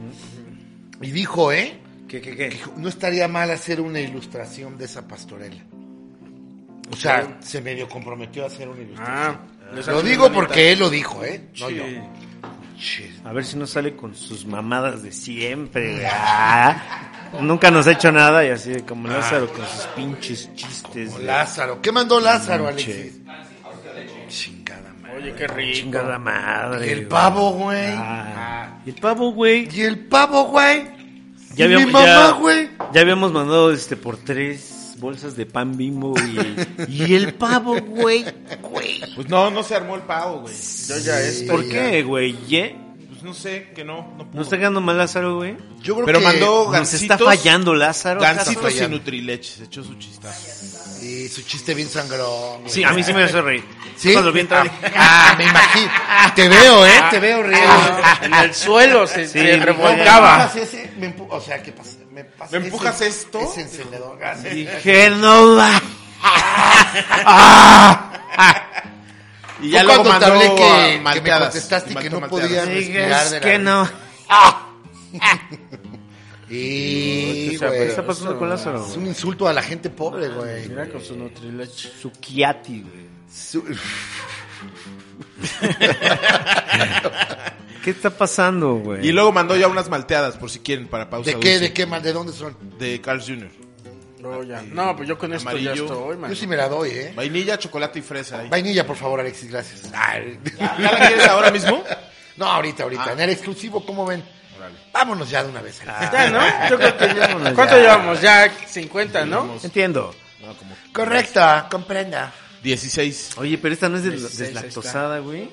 S2: Y dijo, ¿eh?
S4: ¿Qué, qué, qué?
S2: Dijo, no estaría mal hacer una ilustración de esa pastorela. O sea, se medio comprometió a hacer una
S1: Ah,
S2: ilustración.
S1: les
S2: lo
S1: hace muy
S2: digo
S1: bonita.
S2: porque él lo dijo, ¿eh? No
S1: Sí.
S2: yo. Che.
S4: A ver si no sale con sus mamadas de siempre. güey. Ah, nunca nos ha hecho nada y así como Lázaro con sus pinches chistes.
S2: Ah. Como
S4: de
S2: Lázaro. ¿Qué mandó Lázaro,
S4: Pinche.
S2: Alexis? Chingada madre.
S1: Oye, qué rico.
S4: Chingada madre.
S2: Y el
S4: güey.
S2: pavo, güey.
S4: Ah, y el pavo, güey.
S2: Y el pavo, güey.
S4: Ya
S2: y mi
S4: habíamos-
S2: mamá,
S4: ya-
S2: güey.
S4: Ya habíamos mandado este por tres bolsas de pan bimbo y, y el pavo, güey. Güey.
S3: Pues no, no se armó el pavo, güey. Yo ya estoy.
S4: ¿Por qué, güey? ¿Ye?
S3: Pues no sé, que no, no pudo.
S4: ¿No está quedando mal Lázaro, güey?
S2: Yo creo
S3: Pero
S2: que-
S3: mandó
S4: Nos
S3: gansitos.
S4: está fallando Lázaro.
S3: Gansitos
S2: Está
S3: y
S2: fallando.
S3: Nutrileche. Se echó su chistazo.
S2: Sí, su chiste bien sangrón. güey.
S4: Sí, a mí sí me hace reír.
S2: ¿Sí?
S4: Cuando vi entrar- Ah,
S2: Ah, ah, me imagino. Te veo, ¿eh? Te veo reír.
S1: En el suelo se,
S4: Sí,
S1: se
S4: no,
S1: revolcaba.
S2: me empu- o sea, ¿qué pasa? Me, pasa
S3: ¿Me empujas esto?
S2: Es encendedor. Ah, sí.
S4: Dije, no va.
S3: Y
S2: Fue cuando te hablé
S3: mandó a
S2: que, que me
S3: malteadas.
S2: contestaste
S3: Y
S2: que
S3: mandó
S2: no
S3: malteadas.
S2: podía
S4: Dije,
S2: respirar
S4: es
S2: de la
S4: que no.
S2: Y,
S4: O sea,
S2: güey,
S4: ¿Qué está pasando con Lázaro?
S2: Es
S4: güey?
S2: un insulto a la gente pobre, güey.
S1: Mira con su Nutrileche.
S4: Su kiati, güey.
S2: Su-
S4: ¿Qué está pasando,
S3: Y
S4: güey?
S3: luego mandó ya unas malteadas, por si quieren, para pausa.
S2: ¿De qué?
S3: dulce.
S2: ¿De qué? mal? ¿De dónde son?
S3: De Carl Jr.
S1: No, ya. No, pues yo con esto
S3: Amarillo.
S1: ya estoy, man.
S2: Yo sí me la doy, ¿eh?
S3: Vainilla, chocolate y fresa. ahí.
S2: Vainilla, por favor, Alexis, gracias.
S3: ¿Ya la quieres ahora mismo?
S2: No, ahorita, ahorita.
S4: Ah.
S2: En el exclusivo, ¿cómo ven? Vámonos ya de una vez. Alexis.
S1: Ya, ¿no? Yo creo que ya.
S4: Vámonos
S1: ¿Cuánto
S4: ya.
S1: llevamos? Ya 50, ¿no?
S4: Entiendo. Ah.
S2: Correcta, comprenda.
S3: 16.
S4: Oye, pero esta no es
S2: Pues
S4: des-
S1: 16
S4: deslactosada, güey.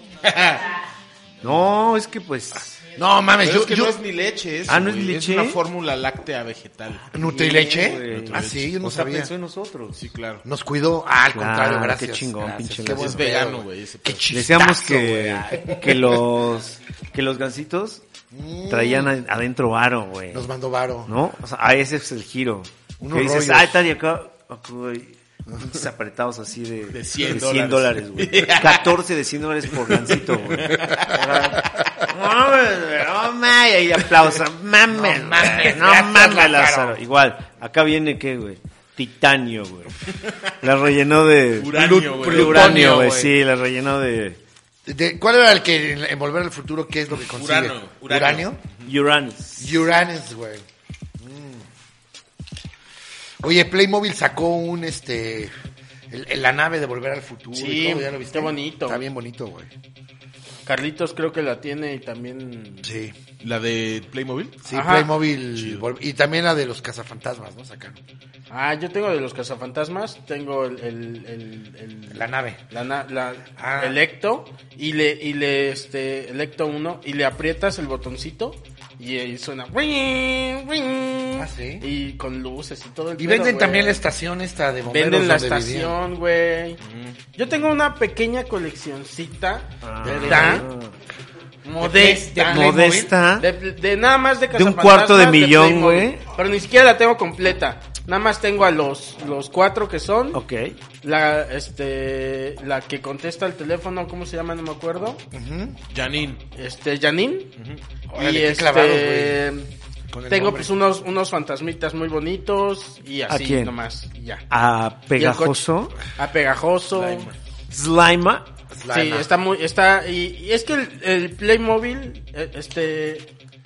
S4: No, es que pues.
S2: No mames,
S3: Pero
S2: yo,
S3: es que
S2: yo
S3: no es ni leche eso,
S4: Ah, ¿no es
S3: güey.
S4: leche?
S3: Es una fórmula láctea vegetal.
S2: Nutrileche.
S4: güey.
S2: ah, sí, yo no
S4: o sea,
S2: sabía.
S4: pensó en nosotros.
S3: Sí, claro.
S2: Nos cuidó. Ah, al
S4: Claro,
S2: contrario, gracias.
S4: qué chingón,
S2: gracias,
S4: pinche
S2: qué
S4: Lázaro.
S2: buen
S3: Es
S2: pedo,
S3: vegano, güey, ese
S2: Qué
S3: pedo.
S2: chistazo,
S4: Deseamos
S2: güey. Mm.
S4: que, que los que los gansitos traían a- adentro varo, güey.
S2: Nos mandó varo.
S4: ¿No? O sea, ah, ese es el giro.
S2: Unos
S4: que dices,
S2: rollos.
S4: ah, tal y acá. acá, güey, pinches apretados así de,
S3: De 100
S4: dólares, güey. 14 de 100 dólares por gancito, güey. Mames, güey, no mames, y ahí aplausos. Mames,
S2: No
S4: no
S2: mames,
S4: mames, no
S2: gracias,
S4: mames,
S2: Lázaro.
S4: Lázaro. Igual, acá viene qué, güey. Titanio, güey. La rellenó de
S3: Uranio, güey.
S4: uranio, güey.
S2: güey.
S4: Sí, la rellenó de
S2: De- ¿Cuál era el que en en Volver al Futuro qué es lo que consigue?
S3: Urano, uranio.
S4: Uranus.
S2: Uranus, güey. Mm. Oye, Playmobil sacó un, este... el- el- la nave de Volver al Futuro.
S1: Sí,
S2: y todo, ¿ya lo viste?
S1: qué bonito.
S2: Está bien bonito, güey.
S1: Carlitos creo que la tiene y también...
S2: Sí.
S3: ¿La de Playmobil?
S2: Sí,
S1: Ajá.
S2: Playmobil. vol- Y también la de los cazafantasmas, ¿no? Sacaron.
S1: Ah, yo tengo de los cazafantasmas, tengo el... el, el, el-
S2: La nave.
S1: la na- la-
S2: Ah.
S1: el Ecto y le, y le, este, el Ecto 1 y le aprietas el botoncito y, ahí suena... ring, ring,
S2: Ah, ¿sí?
S1: Y con luces y todo el
S2: Y
S1: pedo,
S2: venden
S1: güey.
S2: también la estación esta de bomberos.
S1: Venden la
S2: donde vivían. Mm.
S1: estación, güey. Yo tengo una pequeña coleccioncita.
S2: ¿Verdad?
S1: Modesta.
S2: Ah. ¿De Playmobil?
S4: Modesta.
S1: De, de nada más de
S4: un
S1: Cazafantasmas,
S4: cuarto de millón,
S1: Playmobil.
S4: güey.
S1: Pero ni siquiera la tengo completa. Nada más tengo a los, los cuatro que son.
S4: Ok.
S1: La, este, la que contesta el teléfono, ¿cómo se llama? No me acuerdo.
S3: Janine.
S1: Este, Janine.
S2: Órale,
S1: y
S2: qué
S1: este,
S2: clavados, güey. Con el
S1: tengo
S2: nombre.
S1: pues unos, unos fantasmitas muy bonitos y así
S4: quién?
S1: nomás. y ya.
S4: A
S1: Y el coche-
S4: Ah, pegajoso.
S1: A pegajoso.
S4: Slima.
S1: Sí,
S2: Slime.
S1: está muy, está, y, y es que el, el Playmobil, eh, este,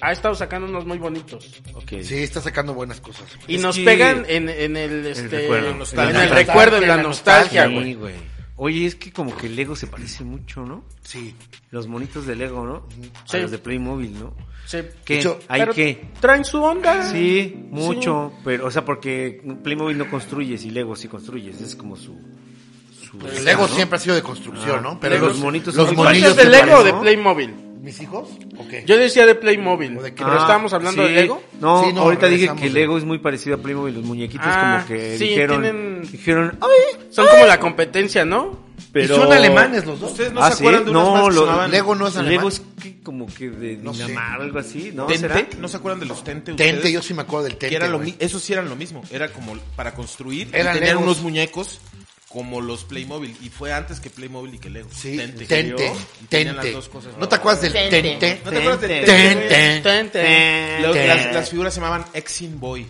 S1: ha estado sacando unos muy bonitos.
S4: Ok.
S2: Sí, está sacando buenas cosas.
S1: Y
S4: Es
S1: nos
S4: que-
S1: pegan en, en el, este, en el
S4: recuerdo. En la
S1: en el
S4: nostalgia.
S1: recuerdo, en la
S2: Sí,
S1: nostalgia,
S4: Sí,
S1: güey.
S4: güey. Oye, es que como que el Lego se parece mucho, ¿no?
S2: Sí.
S4: Los monitos de Lego, ¿no?
S1: Sí.
S4: A los de Playmobil, ¿no?
S1: Sí.
S4: ¿Qué?
S2: Yo-
S4: ¿Hay
S1: Pero
S4: qué?
S1: Traen su onda.
S4: Sí, mucho. Pero, o sea, porque Playmobil no construyes y Lego sí construyes. Es como su. su
S2: El Lego
S4: Pues ¿no?
S2: siempre ha sido de construcción, ¿no?
S4: Pero los monitos
S2: los
S4: son
S1: ¿Tú
S2: monillos
S1: dices
S4: iguales.
S1: de
S2: se
S1: Lego o de
S2: parecen.
S4: ¿no?
S1: Playmobil?
S2: ¿Mis hijos? ¿O qué?
S1: Yo decía de Playmobil,
S2: ¿O de qué?
S1: pero
S4: Ah,
S1: estábamos hablando
S4: sí.
S1: de Lego.
S4: No,
S2: Sí, no,
S4: ahorita dije
S2: regresamos,
S4: que
S2: güey.
S4: Lego es muy parecido a Playmobil. Los muñequitos
S1: Ah,
S4: como que
S1: sí,
S4: dijeron.
S1: tienen-
S4: Dijeron, ¡ay!
S1: Son como la competencia, ¿no?
S4: Pero...
S2: Y son alemanes los dos.
S3: ¿Ustedes no
S4: Ah,
S3: se
S4: ¿sí?
S3: acuerdan de unas
S4: No,
S3: más que
S4: lo-
S3: se llamaban
S2: Lego no es alemán.
S4: Lego es que como que de
S2: No sé.
S4: Dinamarca, algo así, ¿no? ¿Será?
S3: Tente? ¿No se acuerdan de los Tente ustedes?
S2: Tente, yo sí me acuerdo del Tente.
S3: que era lo
S2: güey.
S3: mi- esos sí eran lo mismo, era como para construir, y
S2: Eran
S3: tenían
S2: Legos.
S3: unos muñecos como los Playmobil y fue antes que Playmobil y que Lego.
S2: Sí, Tente,
S3: ¿En
S2: Tente.
S3: serio? Y tenían las dos cosas.
S2: ¿No te acuerdas del
S5: Tente.
S2: Tente?
S3: ¿No te acuerdas del
S4: Tente.
S3: Tente? güey?
S2: Tente.
S1: Ten, ten.
S3: Los-
S2: Tente.
S3: las, las figuras se llamaban Exin Boy.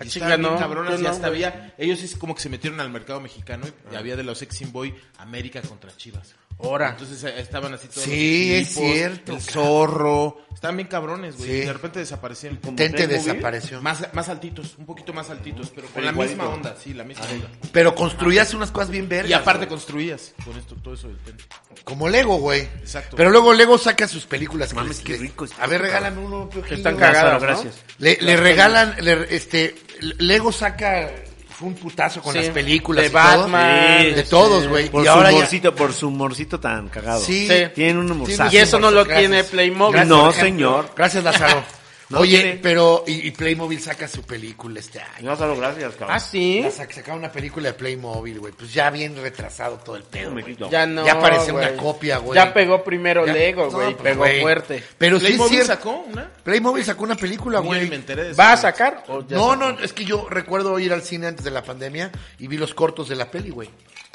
S1: Ah,
S3: Y
S1: chica,
S3: estaban bien
S1: no,
S3: cabronas
S1: yo
S3: y
S1: no,
S3: hasta
S1: güey.
S3: había, ellos sí como que se metieron al mercado mexicano y había de los Exin Boy América contra Chivas.
S1: Ahora.
S3: Entonces eh, estaban así todos.
S2: Sí,
S3: los
S2: es
S3: equipos,
S2: cierto,
S3: El
S2: cabrón.
S3: zorro. Estaban bien cabrones, güey.
S2: Sí.
S3: y De repente desaparecieron.
S2: Tente
S4: Playmobil.
S2: desapareció.
S3: Más, más altitos, un poquito más altitos, pero con
S4: Pero
S3: la
S4: igualito.
S3: misma onda, sí, la misma onda.
S2: Pero construías unas cosas bien verdes.
S3: Y aparte construías con esto, todo eso del tente.
S2: Como Lego, güey.
S3: Exacto.
S2: Pero luego Lego saca sus películas. que
S4: Mames,
S2: les-
S4: qué
S2: les-
S4: rico está.
S2: A ver, regálame uno. Piojillo.
S1: Están
S4: Lázaro,
S1: cagadas, ¿no?
S4: gracias.
S2: Le, le regalan, le- este, Lego saca, fue un putazo con
S1: Sí.
S2: las películas.
S1: De
S2: y
S1: Batman,
S2: todo. de
S1: este,
S2: todos, güey.
S4: Por
S2: Y
S4: su
S2: ahora ya-
S4: morcito, por su morcito tan cagado.
S2: Sí.
S1: Sí.
S4: Tienen un humorzazo.
S1: Y eso no lo
S2: Gracias.
S1: tiene Playmobil.
S2: Gracias,
S4: No,
S2: por ejemplo.
S4: señor.
S2: Gracias, Lázaro.
S4: No
S2: Oye,
S4: tiene-
S2: pero, y, y Playmobil saca su película este año.
S4: Lázaro, gracias, cabrón.
S1: Ah, sí.
S2: La saca- Saca una película de Playmobil, güey. Pues ya bien retrasado todo el pedo,
S4: Me
S2: güey.
S4: quito.
S1: Ya no.
S2: Ya parece una
S1: güey.
S2: copia, güey.
S1: Ya pegó primero
S2: Ya-
S1: Lego,
S2: No,
S1: güey.
S2: pues,
S1: pegó
S2: güey.
S1: fuerte.
S2: Pero sí es
S3: ¿Playmobil
S2: cierto.
S3: sacó una?
S2: Playmobil sacó una película,
S3: Ni
S2: güey.
S3: me enteré de eso.
S1: ¿Va a sacar? o ya
S2: No,
S1: sacó?
S2: no, es que yo recuerdo ir al cine antes de la pandemia y vi los cortos de la peli, güey.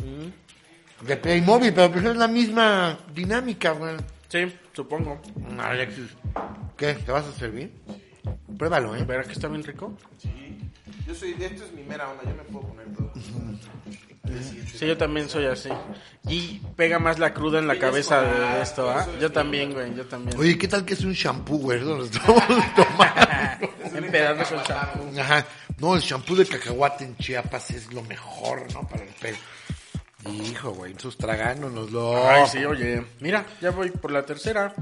S3: Mm.
S2: De Playmobil, pero pues es la misma dinámica, güey.
S1: Sí, supongo.
S2: Alexis. ¿Qué? ¿Te vas a servir? Pruébalo, ¿eh?
S1: ¿Verá que está bien rico?
S3: Yo soy, esto es mi mera onda, yo me puedo poner todo.
S1: Sí, yo también soy así. Y pega más la cruda en la cabeza de esto, ¿ah? Yo también, güey, yo también.
S2: Oye, ¿qué tal que es un shampoo, güey? Eso Lo estamos
S1: Ah,
S2: tomando.
S1: Empedarnos el champú.
S2: Ajá. No, el shampoo de cacahuate en Chiapas es lo mejor, ¿no? Para el pelo. Hijo, güey, entonces tragándonoslo.
S1: Ay, sí, oye. Mira, ya voy por la tercera.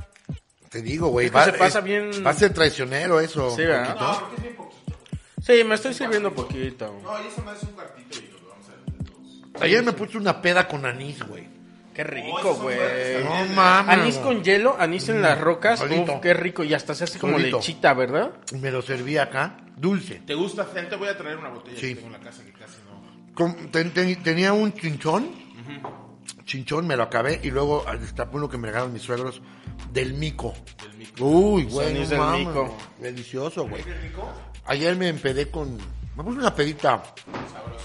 S2: Te digo, güey.
S1: Es que se pasa bien-
S2: Va a ser traicionero eso.
S1: Sí, ¿verdad?
S2: poquito.
S1: Sí, me estoy sirviendo poquito. pues,
S2: Ayer me puse una peda con anís, güey.
S1: Qué rico, güey.
S2: No mames.
S1: Anís
S2: güey.
S1: con hielo, anís en las rocas.
S2: Solito.
S1: Uf, qué rico. Y hasta se hace como
S2: Solito.
S1: lechita, ¿verdad?
S2: Y Me lo serví acá, dulce.
S3: ¿Te gusta? Fran? Te voy a traer una botella
S2: Sí.
S3: que tengo en la casa que casi no.
S2: Con- ten- ten- tenía un chinchón. Chinchón, me lo acabé. Y luego al destapé uno que me regalaron mis suegros del mico. Uy, güey.
S1: Anís
S2: no
S1: del
S2: mames,
S1: mico.
S2: güey. Delicioso, güey. Ayer me empedé con. Me puse una pedita.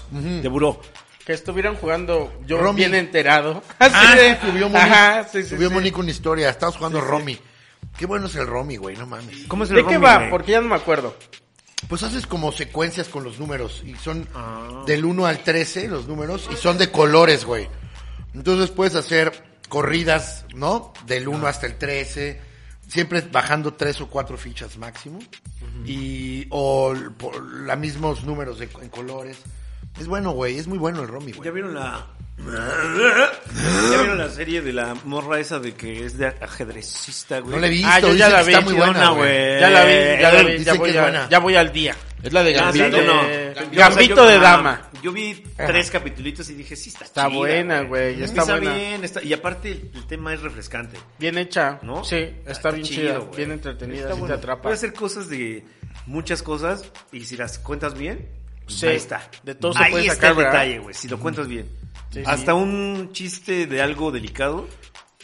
S4: De buró.
S1: Que estuvieran jugando yo
S2: Romy.
S1: bien enterado.
S2: Ah,
S1: Así de-
S2: sí, subió Moni.
S1: Ajá, sí, sí,
S2: subió
S1: sí.
S2: Monique una historia. Estabas jugando Romy. Qué bueno es el Romy, güey, no mames.
S4: ¿Cómo es el
S1: ¿De qué
S4: roaming,
S1: va?
S4: güey?
S1: Porque ya no me acuerdo.
S2: Pues haces como secuencias con los números y son del 1 al 13 los números y son de colores, güey. Entonces puedes hacer corridas, ¿no? Del 1 hasta el 13, siempre bajando tres o cuatro fichas máximo y o l- por la mismos números de- en colores. Es bueno, güey, es muy bueno el Romy,
S4: ¿Ya
S2: güey.
S4: vieron la... ¿Ya vieron la serie de la morra esa de que es de ajedrecista, güey?
S2: No la he visto,
S1: Ah, yo ya
S2: dicen
S1: la
S2: que
S1: vi.
S2: está muy buena,
S4: chidona,
S2: güey.
S1: Ya la vi, ya la vi,
S2: Dicen
S1: ya
S2: que
S1: voy,
S2: es
S1: a-
S2: buena.
S1: ya voy al día.
S3: Es la de
S4: Ah, sí,
S1: Gambito.
S4: yo no.
S1: Eh,
S4: Yo- o sea,
S1: Gambito
S4: yo-
S1: de
S4: ah,
S1: dama.
S4: Yo vi tres capitulitos y dije, sí, está
S1: Está
S4: chida,
S1: buena, güey, está
S4: Empieza
S1: buena.
S4: bien, está- y aparte el, el tema es refrescante.
S1: Bien hecha,
S4: ¿No? Ah,
S1: Sí, está, bien
S4: chido,
S1: chida,
S4: güey.
S1: bien entretenida,
S4: Está
S1: sí te
S4: bueno.
S1: atrapa.
S4: Puede hacer cosas de muchas cosas y si las cuentas bien,
S1: Sí,
S4: ahí está.
S1: de todo se
S4: ahí
S1: puede
S4: está
S1: sacar,
S4: el
S1: ¿verdad?
S4: detalle, güey, si lo cuentas bien.
S1: Sí,
S4: Hasta un chiste de algo delicado.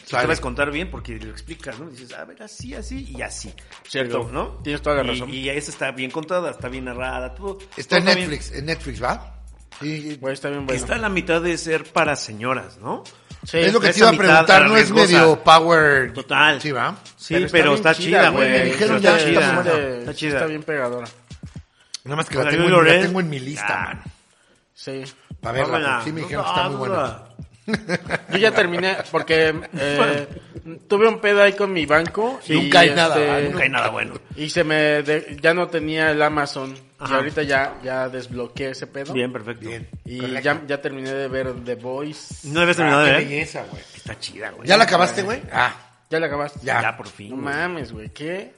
S4: Si
S2: Sale.
S4: sabes contar bien porque lo explicas, ¿no? Dices, a ver, así, así y así.
S1: Cierto.
S4: ¿no?
S1: Tienes toda la
S4: Y-
S1: razón.
S4: Y eso está bien contada, está bien narrada, todo.
S2: Está en
S4: todo bien.
S2: Netflix, en Netflix, ¿va? Sí,
S1: Güey, está bien
S4: Que
S1: buena.
S4: Está a la mitad de ser para señoras, ¿no?
S1: Sí,
S2: es lo que
S4: esa
S2: te iba a
S4: mitad
S2: preguntar, no es
S4: riesgosa.
S2: medio power.
S4: Total.
S2: Sí, va.
S4: Sí, pero, está,
S1: bien
S4: chida, güey.
S2: me
S4: Pero
S2: dijeron
S4: Está
S2: ya,
S4: chida,
S2: está buena.
S4: está chida.
S1: Está bien pegadora.
S2: Nada más que
S4: O
S2: la
S4: sea,
S2: tengo,
S4: yo
S2: en, la
S4: lloré.
S2: tengo en mi lista,
S4: Ah.
S2: mano.
S1: Sí.
S2: Para verla,
S4: Tómala.
S2: porque sí me dijeron
S4: No,
S2: que está muy buena.
S4: tómala.
S1: Yo ya terminé porque eh, tuve un pedo ahí con mi banco. y,
S2: Nunca hay nada,
S1: este,
S2: ah,
S4: Nunca hay nada bueno.
S1: Y se me de- ya no tenía el Amazon. Y
S4: Ajá.
S1: ahorita ya, ya desbloqueé ese pedo.
S4: Bien, perfecto.
S2: Bien.
S1: Y
S2: Correcto.
S1: ya, ya terminé de ver The Voice.
S4: No habías terminado
S2: Ah, Qué
S4: de ver.
S2: belleza, güey.
S4: Está chida, güey.
S2: ¿Ya la acabaste, güey? Ah,
S1: ¿Ya la acabaste?
S2: Ya.
S4: Ya, por fin.
S1: No
S4: güey.
S1: mames, güey. Qué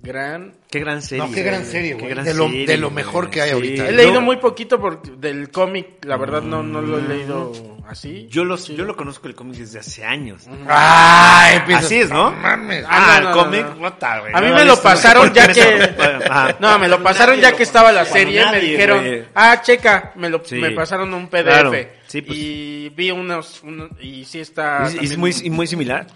S1: gran.
S4: Qué gran serie.
S2: No, qué gran serie,
S4: Qué
S2: güey.
S4: gran
S2: De lo-
S4: serie,
S2: de lo
S4: güey.
S2: mejor que hay ahorita.
S1: He
S2: Yo-
S1: leído muy poquito por, del cómic. La verdad, no, no
S2: Mm,
S1: lo he leído así.
S4: Yo, los, yo lo conozco el cómic desde hace años.
S2: ah, empiezas-
S4: Así es, ¿no?
S2: mames.
S4: Ah,
S1: Ah,
S4: el
S1: no, no,
S4: cómic,
S1: no.
S4: what the, güey.
S1: A mí
S4: No lo
S1: me
S4: he
S1: lo
S4: visto, no sé
S1: pasaron
S4: por qué
S1: ya
S4: me
S1: que...
S4: sacó- Ajá.
S1: No, me lo pasaron ya que estaba la
S4: Cuando
S1: serie, me
S4: nadie,
S1: dijeron,
S4: güey.
S1: ah, checa, me lo
S4: Sí.
S1: me pasaron un PDF.
S4: Claro. Sí, pues.
S1: Y vi unos, unos- y sí está...
S4: Es, es
S1: también-
S4: muy, y muy similar.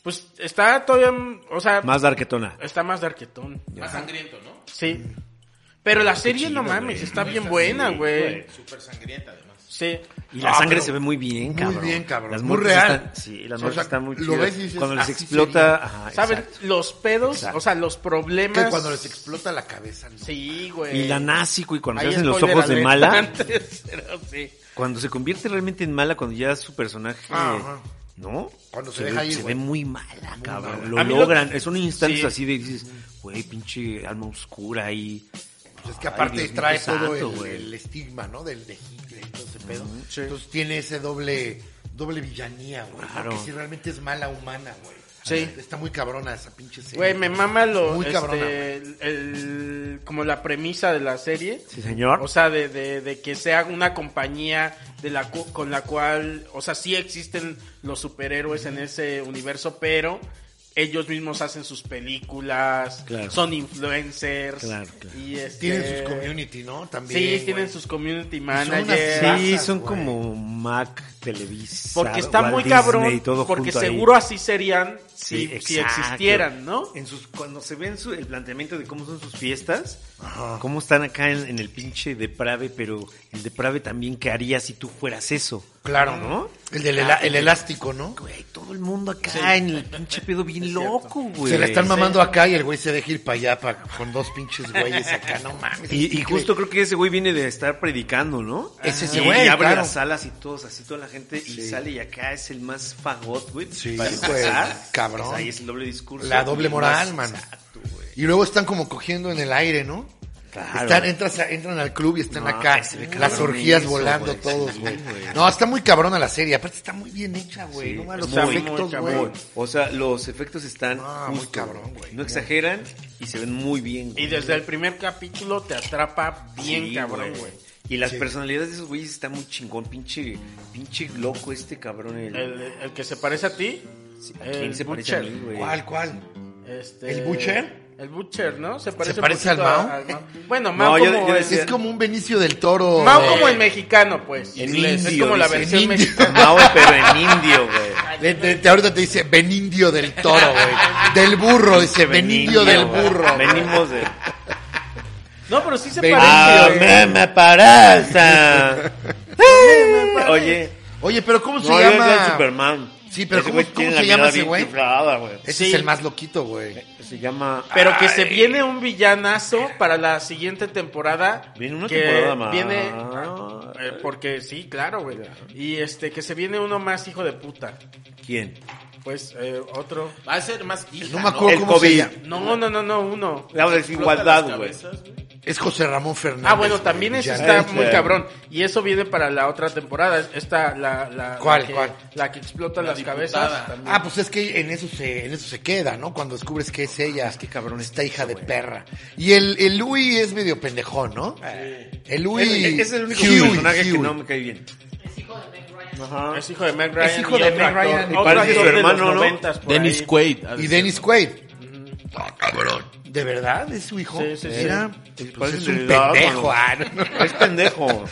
S1: Pues está todavía, o sea,
S4: Más darketona.
S1: está más darquetón.
S3: Más sangriento, ¿no?
S1: Sí. Pero la serie, no mames, está bien buena, güey.
S3: Súper sangrienta, además.
S1: Sí.
S4: Y la
S2: Ah,
S4: sangre
S2: pero-
S4: se ve muy bien,
S2: Muy
S4: cabrón.
S2: bien, cabrón.
S4: Las
S2: Muy
S4: muertes
S2: real.
S4: están- sí, las
S2: O
S4: muertes
S2: sea,
S4: están muy
S2: lo
S4: chidas.
S2: ves y dices,
S4: Cuando les
S2: así
S4: explota...
S2: sería.
S4: Ajá,
S1: Ah, ¿Saben?
S4: exacto.
S1: Los pedos,
S4: Exacto.
S1: o sea, los problemas...
S2: Que cuando les explota la cabeza, no.
S1: Sí, güey.
S4: Y la nazi, güey, cuando se
S1: Eh, Ahí
S4: hacen los
S1: spoiler
S4: ojos de
S1: alerta
S4: mala...
S1: antes, pero sí.
S4: Cuando se convierte realmente en mala, cuando ya su personaje...
S1: Ah,
S2: Ajá.
S4: ¿No?
S2: Cuando se deja
S4: ve,
S2: ir,
S4: Se
S2: güey.
S4: ve muy mala, cabrón.
S1: A mí
S4: Lo
S1: lo-
S4: logran. Es un instante
S1: Sí.
S4: así de dices, güey, pinche alma oscura ahí.
S2: Pues es que
S4: Ay,
S2: aparte
S4: Dios mío,
S2: trae
S4: qué
S2: todo
S4: santo,
S2: el,
S4: güey.
S2: el estigma, ¿no? Del de Hitler y todo ese pedo.
S1: Sí.
S2: Entonces tiene ese doble doble villanía, güey.
S4: Claro.
S2: Porque si realmente es mala humana, güey. Ah,
S1: Sí.
S2: Está muy cabrona esa pinche serie.
S1: Güey, me mama lo...
S2: Muy
S1: este,
S2: cabrona.
S1: el, el- como la premisa de la serie.
S4: Sí, señor.
S1: O sea, de, de, de que sea una compañía de la cu- con la cual, o sea, sí existen los superhéroes en ese universo, pero ellos mismos hacen sus películas,
S4: Claro.
S1: son influencers.
S4: Claro, claro.
S1: Y este-
S2: Tienen sus community, ¿no? También.
S1: Sí,
S2: güey.
S1: tienen sus community
S2: unas
S1: managers.
S2: razas,
S4: Sí, son
S2: güey.
S4: como Mac Televisa.
S1: Porque está
S4: Walt
S1: muy
S4: Disney,
S1: cabrón,
S4: todo
S1: porque
S4: junto ahí.
S1: seguro así serían si, si
S4: exacto.
S1: existieran, ¿no?
S4: En sus, cuando se ven su- el planteamiento de cómo son sus fiestas, cómo están acá en, en el pinche deprave, pero el deprave también, ¿qué haría si tú fueras eso?
S2: Claro,
S4: ¿no?
S2: ¿no? El del ela- el elástico, ¿no?
S4: Güey, todo el mundo acá en el pinche pedo bien loco, güey.
S2: Se la están mamando acá y el güey se deja ir para allá pa- con dos pinches güeyes acá, no mames.
S4: Y, y justo creo que ese güey viene de estar predicando, ¿no?
S2: Ese
S4: Y-
S2: sí, güey,
S4: Y abre
S2: claro.
S4: las salas y todos, así toda la gente, y sale y acá es el más fagot, güey.
S2: Sí,
S4: para
S2: güey,
S4: empezar.
S2: cabrón.
S4: Pues ahí es el doble discurso.
S2: La doble
S4: y
S2: moral,
S4: más
S2: mano.
S4: Exacto, güey.
S2: Y luego están como cogiendo en el aire, ¿no?
S4: Claro.
S2: Están, entras a- entran al club y están
S4: No,
S2: acá.
S4: ese me
S2: Las
S4: cabrón
S2: orgías
S4: eso,
S2: volando
S4: güey.
S2: todos,
S4: Sí,
S2: güey.
S4: güey.
S2: No, está muy cabrona la serie. Aparte está muy bien hecha, güey.
S4: Sí,
S2: no mames,
S4: es
S2: los
S1: muy
S2: efectos,
S1: muy
S2: güey.
S1: cabrón.
S4: O sea, los efectos están
S2: Ah, muy
S4: justo,
S2: cabrón,
S4: güey.
S2: güey.
S4: No exageran y se ven muy bien. güey.
S1: Y desde el primer capítulo te atrapa bien
S4: Sí,
S1: cabrón, güey.
S4: Y las
S2: Sí.
S4: personalidades de esos güeyes están muy chingón, pinche pinche loco este cabrón el,
S1: El, el que se parece a ti,
S4: sí, ¿a
S1: el
S4: quién se parece a
S1: Butcher.
S4: mí, güey?
S2: ¿Cuál, cuál?
S1: este,
S2: ¿El Butcher?
S1: El Butcher, ¿no? Se parece, un
S2: parece al
S1: poquito a-
S2: Mao?
S1: Bueno, Mao
S4: yo-
S1: como
S4: yo
S1: el-
S4: decía-
S2: Es como un Benicio del Toro.
S1: Mao
S2: güey.
S1: como el mexicano, pues.
S4: En
S1: inglés. es
S4: indio,
S1: como la
S4: dice.
S1: versión
S2: En indio.
S1: mexicana.
S4: No, pero en indio, güey.
S2: De- de- de ahorita te dice Benindio del Toro, güey. Del burro, dice Benindio del
S4: güey.
S2: burro.
S4: Venimos de
S1: No, pero sí se
S2: Ven-
S1: parece.
S4: Ah,
S2: eh.
S1: güey.
S4: me me parece. Oye,
S2: Oye, pero ¿cómo se
S4: no, yo decía
S2: llama?
S4: Superman.
S2: Sí, pero ¿cómo- cómo
S4: tiene
S2: se
S4: la
S2: llama
S4: mirada
S2: ese
S4: bien
S2: güey?
S4: chiflada, güey.
S2: Ese
S1: Sí.
S2: es el más loquito, güey.
S4: Se llama
S1: Pero que se viene un villanazo para la siguiente temporada.
S4: Viene una
S1: que
S4: temporada más.
S1: Viene. eh, porque sí, claro, güey. Y este, que se viene uno más, hijo de puta.
S4: ¿Quién?
S1: Pues, eh, otro.
S3: Va a ser más hija,
S2: No me acuerdo
S4: El
S2: cómo
S4: COVID.
S2: se llama.
S1: No, no, no, no, uno.
S4: La desigualdad,
S3: Explota
S4: güey.
S3: las cabezas, güey.
S2: Es José Ramón Fernández.
S1: Ah, bueno,
S2: güey,
S1: también ese
S2: ya.
S1: está
S4: Este.
S1: muy cabrón. Y eso viene para la otra temporada. Esta, la, la,
S2: ¿Cuál,
S1: la que,
S2: cuál?
S1: La que explota las
S3: diputada.
S1: cabezas. también.
S2: Ah, pues es que en eso se, en eso se queda, ¿no? Cuando descubres que es ella. Es que cabrón. Esta hija de perra. Y el, el Louis es medio pendejón, ¿no? El Louis.
S4: Es, es el único
S2: Huey,
S4: personaje que
S2: Huey.
S4: no me cae bien. Ajá.
S1: Es hijo de Meg Ryan.
S2: hijo
S1: y
S2: de
S1: otro
S2: Meg
S1: actor-
S2: Ryan. Y
S1: otro
S4: parece
S1: actor
S4: su
S1: de los
S4: hermano, ¿no?
S1: noventas por
S3: Dennis
S1: ahí.
S3: Quaid. ha de
S2: Y
S3: ser.
S2: Dennis Quaid. Ah, cabrón. ¿De verdad? ¿Es su hijo?
S1: Sí, sí, sí.
S2: Mira, pues
S4: parece
S2: es un
S4: de edad,
S2: pendejo.
S4: mano.
S2: ah, no, no.
S4: Es pendejo.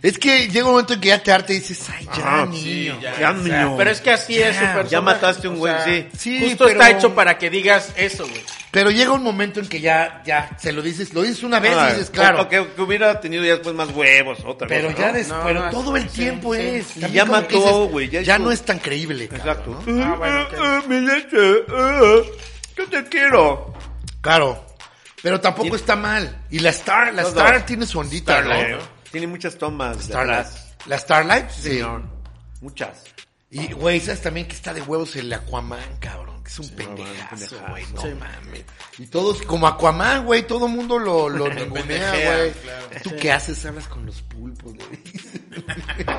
S2: Es que llega un momento en que ya te harta y dices, ay, ya,
S4: Ah,
S2: niño.
S3: ya.
S4: Ya, niño.
S1: Pero es que así es su
S2: Ya
S1: personaje.
S4: mataste un
S1: O
S4: güey,
S1: sea,
S4: sí.
S2: Sí,
S1: Justo
S2: pero-
S1: está hecho para que digas eso, güey.
S2: Pero llega un momento en que ya, ya, se lo dices, lo dices una vez
S4: Ah,
S2: y dices, claro.
S4: o Que, que hubiera tenido ya después más huevos, otra
S2: Pero
S4: cosa,
S2: ya
S4: ¿no?
S2: des-
S1: No,
S2: pero
S1: no,
S2: todo el
S1: sí,
S2: tiempo
S1: sí.
S2: es.
S4: Y
S2: también
S4: ya
S2: como que
S4: mató,
S2: dices,
S4: güey, ya
S2: Ya,
S4: hizo-
S2: no es tan creíble, cabrón,
S4: Exacto.
S2: ¿no?
S1: Ah, bueno, ok.
S4: Ah, mi leche, ah, yo te quiero.
S2: Claro. Pero tampoco está mal. Y la Star, la
S4: Los
S2: Star
S4: dos.
S2: tiene su ondita,
S4: Starlight.
S2: ¿no?
S4: Tiene muchas tomas. de
S2: Starlight.
S4: atrás.
S2: La Starlight, sí.
S4: Muchas.
S2: Y, güey, ¿sabes también que está de huevos el Aquaman, cabrón? Que es un pendejazo,
S4: pendejazo.
S2: güey. No mames. Y todos, como Aquaman, güey, todo mundo lo, lo ningunea,
S3: pendejea,
S2: güey.
S3: claro.
S2: ¿Tú qué haces? Hablas con los pulpos, güey.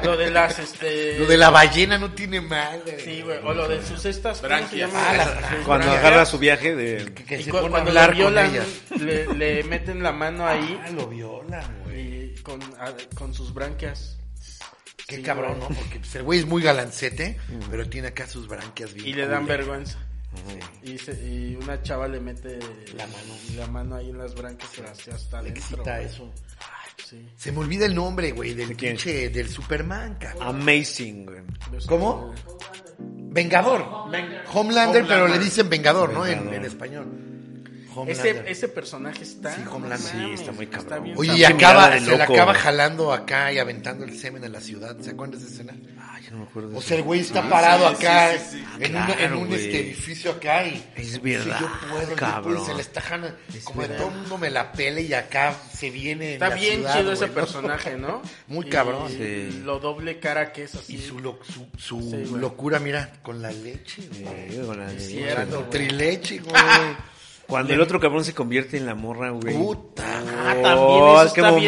S1: Lo de las, este...
S2: Lo de la ballena no tiene madre.
S1: Sí, güey. O lo de sus estas... ¿cómo se
S3: Branquias.
S1: llama?
S2: Ah, las
S1: Sus
S2: branquias.
S4: Cuando
S1: branquias.
S4: agarra su viaje de...
S2: Que
S1: Y
S2: se
S1: cu-
S2: pone a
S1: cuando la
S2: hablar con
S1: violan,
S2: ellas.
S1: le, le meten la mano ahí
S2: Ah, lo violan, güey.
S1: y con, a- con sus branquias.
S2: Qué
S1: Sí,
S2: cabrón, ¿no?
S1: güey.
S2: Porque pues, el güey es muy galancete, pero tiene acá sus branquias bien.
S1: Y le dan
S2: culeras.
S1: vergüenza. Y, se- y una chava le mete
S2: La mano.
S1: la mano ahí en las branquias y las- hasta
S2: Le
S1: adentro.
S2: excita
S1: güey.
S2: eso.
S1: Sí.
S2: Se me olvida el nombre, güey, del
S4: ¿De quién?
S2: pinche, del Superman, cabrón.
S4: Amazing, güey.
S2: ¿Cómo? Vengador.
S1: Ven-
S2: Homelander, pero le
S1: Homelander.
S2: dicen Vengador, ¿no? En,
S4: Vengador.
S2: en español.
S1: Ese,
S2: Homelander.
S1: ese personaje está.
S2: Sí,
S1: no
S2: Homeland, sí,
S1: mames,
S4: está muy cabrón.
S1: bien
S2: Oye,
S4: Esa
S2: y
S1: cabrón.
S2: acaba,
S4: mirada de
S2: se la
S4: loco,
S2: acaba
S4: güey.
S2: jalando acá y aventando el semen a la ciudad. ¿Se acuerdan de esa escena?
S4: Ay, yo no me acuerdo de
S2: O
S4: eso.
S2: sea, el güey está
S4: Ah,
S2: parado
S3: sí,
S2: acá
S3: sí, sí,
S2: en,
S4: Claro,
S2: una- en un
S4: güey.
S2: este edificio acá y
S4: Es
S2: dice,
S4: verdad,
S2: yo puedo, yo
S4: cabrón.
S2: puedo", y se le está jalando, como de
S4: verdad.
S2: todo el mundo me la pele y acá se viene en
S1: Está
S2: la
S1: bien
S2: ciudad,
S1: chido
S2: güey,
S1: ese
S2: ¿no?
S1: personaje, ¿no?
S2: Muy
S1: Y
S2: cabrón.
S4: Sí.
S1: Lo doble cara que es así.
S2: Y su, lo- su, su
S1: Sí, güey.
S2: locura, mira, con la leche, güey.
S4: Sí, con la-
S1: cierto.
S2: La Nutrileche, güey.
S4: Cuando el otro cabrón se convierte en la morra, güey.
S2: Puta.
S1: Ah,
S4: Oh,
S1: también, eso
S4: qué
S1: está bien.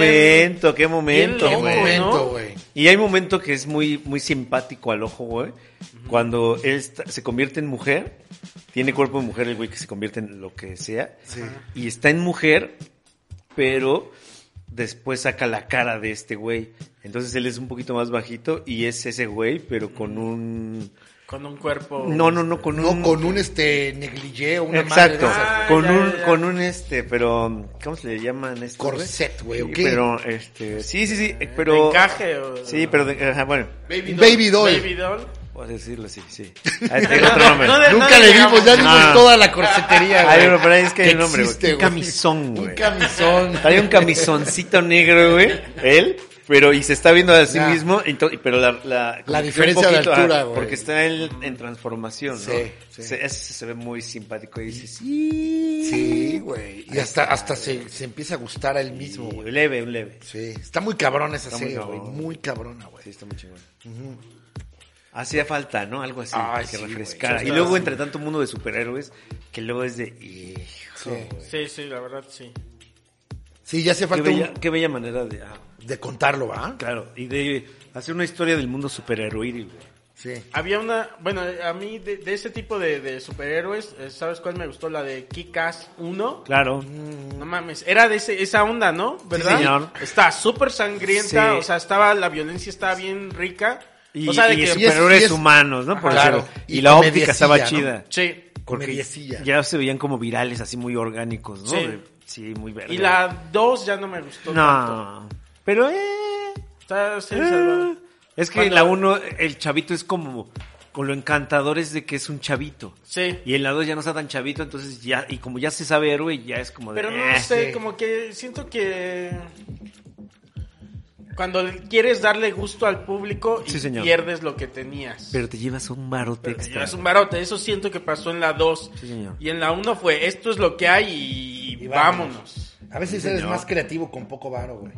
S4: momento, qué momento,
S1: loco,
S2: Qué
S4: güey.
S2: momento,
S1: ¿no?
S2: güey.
S4: Y hay momento que es muy, muy simpático al ojo, güey. Cuando él está- se convierte en mujer, tiene cuerpo de mujer el güey que se convierte en lo que sea. Y está en mujer, pero después saca la cara de este güey. Entonces él es un poquito más bajito y es ese güey, pero con un...
S1: Con un cuerpo.
S4: No, no, no, con un...
S2: Oh. No, con un este negligé o una madre de
S4: Exacto,
S2: esas,
S1: esas.
S4: con
S1: Ah, ya,
S4: un,
S1: ya, ya.
S4: con un este, pero, ¿cómo se le llaman estos? güey?
S2: Corset, güey, ¿o
S4: Sí,
S2: qué? Ah,
S4: Pero, este, sí, sí, sí, eh, pero.
S1: De encaje o-
S4: Sí, pero, de- ajá, bueno,
S3: Baby
S2: Un
S3: doll.
S2: Baby doll.
S1: Baby doll.
S4: puedo decirlo así, sí. Ah, es que tiene otro nombre.
S1: No, de-
S2: Nunca le
S1: digamos.
S2: dimos, ya dimos
S4: No.
S2: toda la corsetería, güey.
S4: Ah. Ay, pero, pero es que hay
S2: que
S4: un nombre, güey.
S2: existe,
S4: Un
S2: güey.
S4: camisón,
S2: Un
S4: güey.
S2: camisón.
S4: Trae un camisoncito negro, güey, él, pero, y se está viendo a sí
S2: Ya.
S4: mismo, ento- y- pero la, la, como que
S2: diferencia
S4: un
S2: de
S4: poquito,
S2: altura,
S4: ah,
S2: güey.
S4: Porque está él en transformación, ¿no?
S2: Sí, sí.
S4: Se, ese se ve muy simpático y dice, sí.
S2: Sí, güey. Y hasta, hasta se, se empieza a gustar a él mismo, güey.
S4: Un leve, un leve.
S2: Sí. Está muy cabrón esa
S4: Está muy
S2: serie, güey.
S4: cabrón.
S2: Muy cabrona, güey.
S4: está muy chingón. Hacía falta, ¿no? Algo así
S2: Ay,
S4: que
S2: sí,
S4: refrescara.
S2: güey.
S4: Y luego entre tanto mundo de superhéroes que luego es de hijo.
S2: Sí.
S4: güey.
S1: Sí, sí, la verdad, sí.
S2: Sí, ya hace
S4: Qué
S2: falta
S4: bella,
S2: un-
S4: qué bella manera de ah,
S2: de contarlo, ¿va?
S4: claro, y de hacer una historia del mundo superheroírico.
S2: Sí.
S1: Había una, bueno, a mí de, de ese tipo de, de superhéroes, eh, ¿sabes cuál me gustó? La de Kikas 1.
S4: Claro.
S1: No mames, era de ese- esa onda, ¿no? ¿Verdad?
S4: señor.
S1: Está súper sangrienta,
S4: Sí.
S1: o sea, estaba, la violencia estaba bien rica.
S4: Y,
S1: o sea, de
S4: y
S1: que...
S2: sí es-
S4: superhéroes
S2: y es-
S4: humanos, ¿no? Por
S2: Claro.
S4: decirlo. Y,
S2: Y
S4: la
S2: comediecilla,
S4: óptica estaba
S2: ¿no?
S4: chida.
S1: Sí.
S4: Porque
S2: Comediecilla.
S4: ya se veían como virales, así muy orgánicos, ¿no?
S1: Sí.
S4: De- Sí, muy verga.
S1: Y la 2 ya no me gustó tanto.
S4: No. Pero eh
S1: Está sí,
S4: Ah,
S1: salvado.
S4: Es que
S1: Cuando-
S4: en la 1 el chavito es como con lo encantador es de que es un chavito.
S1: Sí.
S4: Y en la 2 ya no está tan chavito, entonces ya y como ya se sabe héroe, ya es como de
S1: Pero
S4: "Eh".
S1: no sé, como que siento que... Cuando quieres darle gusto al público y
S4: Sí, señor.
S1: pierdes lo que tenías.
S4: Pero te llevas un barote
S1: Pero te
S4: extra.
S1: llevas un barote, eso siento que pasó en la 2.
S4: Sí, señor.
S1: y en la 1 fue, esto es lo que hay y,
S2: Y vámonos.
S1: vámonos.
S2: A veces eres más creativo con poco varo, güey.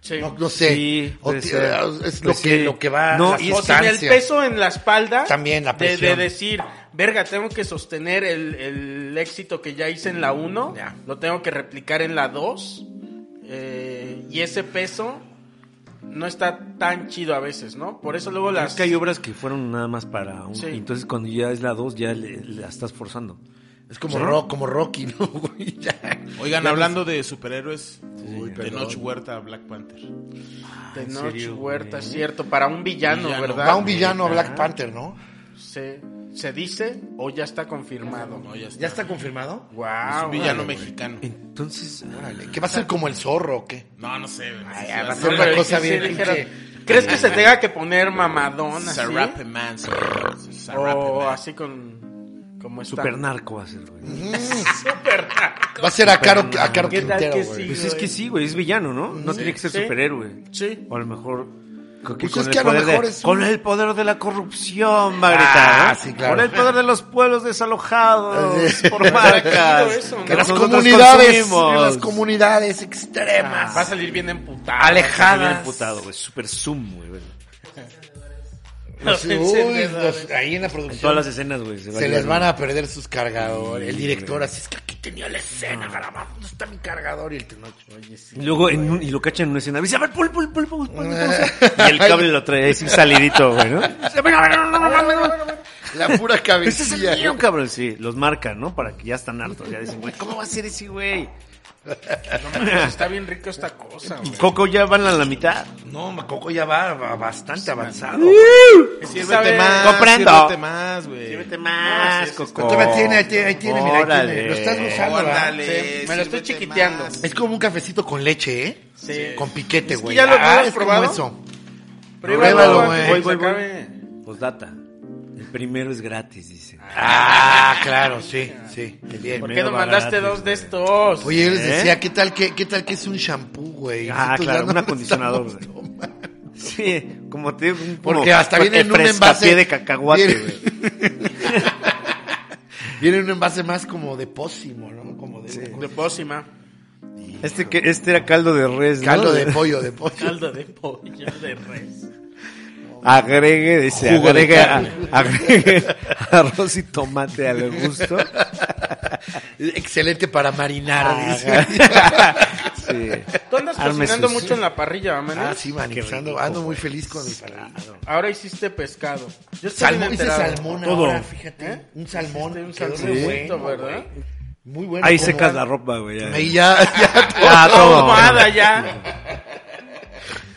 S1: Sí.
S2: No, no sé.
S4: Sí,
S2: O
S4: puede
S2: ti-
S4: ser.
S2: es lo,
S4: Pues
S2: que,
S4: sí.
S2: lo que va
S4: No,
S2: las
S4: y
S1: O sin el
S2: sustancias.
S1: peso en la espalda.
S2: También la
S1: de- De,
S2: presión.
S1: decir, verga, tengo que sostener el, el éxito que ya hice en la 1.
S2: Ya.
S1: Lo tengo que replicar en la 2. y ese peso no está tan chido a veces, ¿no? Por eso luego las...
S4: Es que hay obras que fueron nada más para un...
S1: Sí.
S4: y Entonces cuando ya es la 2 ya le- la estás forzando.
S2: Es como, rock, como Rocky, ¿no, güey? Ya.
S3: Oigan,
S2: Ya
S3: hablando de superhéroes,
S2: Uy,
S3: de
S2: perdón.
S3: Noche Huerta, Black Panther.
S1: de
S4: ¿en
S1: Noche
S4: serio,
S1: Huerta,
S4: güey?
S1: es cierto, para un villano,
S3: Villano.
S1: ¿verdad?
S2: Va un villano a
S4: Neta.
S2: Black Panther, ¿no?
S1: se, se dice o ya está confirmado.
S3: No, ya está. Ah,
S2: ¿Ya está confirmado?
S1: Wow.
S3: Es un villano mexicano.
S4: Entonces,
S2: Órale. ¿Que va a ser como el zorro o qué?
S3: No, no sé. güey.
S2: ya va a ser
S1: Pero
S2: una
S1: es que
S2: cosa
S1: sí
S2: bien
S1: dijeron,
S2: pinche.
S1: ¿Crees que se tenga que poner mamadón así?
S3: Sarape Man. Oh, ah. Sarape
S1: O
S3: Man.
S1: así con como está.
S4: super narco va a ser, güey.
S1: Super narco.
S2: Mm. Va a ser a Caro, a Caro
S1: ¿Qué tal
S2: Quintero,
S1: que
S2: güey.
S1: sí?
S4: Pues es que sí, güey, es villano, ¿no? No tiene que ser
S1: Sí.
S4: superhéroe.
S1: Sí.
S4: O a lo mejor. con-
S2: Pues
S4: con
S2: es
S4: el
S2: que a lo
S4: poder de-
S2: mejor es un-
S4: Con el poder de la corrupción, va a gritar.
S2: Ah,
S4: ¿no?
S2: sí, claro.
S4: Con el poder de los pueblos desalojados
S2: Sí.
S4: por marcas.
S1: chido eso, ¿no?
S4: que
S2: Que las
S4: nosotros
S2: comunidades,
S4: consumimos.
S2: que las comunidades extremas,
S1: Va a salir bien emputado.
S4: Se ve
S2: alejadas.
S4: emputado, güey. Super zoom, güey. güey.
S2: Los-
S1: Los
S2: uy,
S1: encendedores.
S2: los- ahí en la
S4: En todas
S2: producción
S4: las escenas, güey. va
S2: se
S4: llevar,
S2: les van
S4: güey.
S2: a perder sus cargadores. El
S4: Sí,
S2: director
S4: güey.
S2: así es que aquí tenía la escena, caramba, ¿dónde está mi cargador? Y el Tenoch, oye, sí.
S4: Y luego, en un- y lo cachan en una escena. Dice, a ver, pul, pul, pul, pul, pul, pul. Y
S2: y
S4: el cable lo trae así salidito, güey, ¿no? Dice, "Venga, venga, venga, venga, venga".
S2: la pura
S4: Ese es
S2: cabecilla.
S4: el mío, cabrón. Sí, los marcan, ¿no? Para que ya están hartos. Ya dicen, güey, ¿cómo va a ser ese güey?
S1: No mames, está bien rica esta cosa, güey.
S4: Coco ya van a la mitad.
S2: No, Macoco ya va, va bastante avanzado.
S3: Sírvete más.
S4: Comprendo.
S3: Sírvete más, güey.
S4: Llévete más, Coco.
S2: Todavía tiene, ahí tiene, ahí tiene, mira, ahí tiene.
S4: Órale.
S2: Lo estás usando, ¿verdad?
S3: Órale,
S1: Sí, me lo estoy
S3: sírvete
S1: chiquiteando.
S3: más.
S2: Es como un cafecito con leche, ¿eh?
S1: Sí.
S2: Con piquete,
S1: Es que
S2: güey. Ah,
S1: ya lo- ya lo has
S2: es como
S1: probado.
S2: eso. Pruébalo,
S1: Pruébalo, güey.
S2: güey.
S1: Voy, voy, voy.
S4: Pues data. El primero es gratis, dice.
S2: Ah, claro, sí, sí. Qué bien.
S1: ¿Por qué
S4: Medio
S1: no mandaste
S4: barato,
S1: dos de estos?
S2: Oye, yo les
S4: ¿Eh?
S2: decía, ¿qué tal que, qué tal que es un shampoo, güey?
S4: Ah,
S2: Nosotros
S4: claro,
S2: ya no
S4: un acondicionador, güey.
S2: tomando.
S4: Sí, como te digo, un-
S2: Porque
S4: como-
S2: hasta viene en un
S4: frescapié
S2: envase-
S4: de cacahuate,
S2: viene-
S4: güey.
S2: Viene un envase más como de pósimo, ¿no? Como de,
S1: De pócima.
S4: Este, que, este era caldo de res, ¿no?
S2: caldo de pollo, de pollo.
S1: Caldo de pollo de res.
S4: Agregue, dice,
S2: Jugo de
S4: agregue,
S2: carne.
S4: agregue arroz y tomate al gusto.
S2: Excelente para marinar.
S4: Ah,
S2: dice.
S4: Sí.
S1: Tú andas
S4: Arme
S1: cocinando
S4: sus-
S1: mucho en la parrilla, man.
S2: Ah, sí, man,
S4: Qué
S2: pues ando,
S4: rico,
S2: ando muy
S4: güey.
S2: feliz con mi parrilla.
S1: Ahora hiciste pescado. Yo estoy bien
S2: Salmón, hice
S1: enterado.
S2: salmón
S4: Todo.
S2: ahora, fíjate.
S1: ¿Eh?
S2: Un salmón.
S1: Hiciste un
S2: quedó re
S1: salmón,
S2: bueno,
S1: ¿verdad?
S2: güey. Muy bueno.
S4: Ahí
S2: como-
S4: secas la ropa, güey. ya.
S2: Ahí ya, ya todo.
S4: Ah, todo.
S1: Ahumada ya.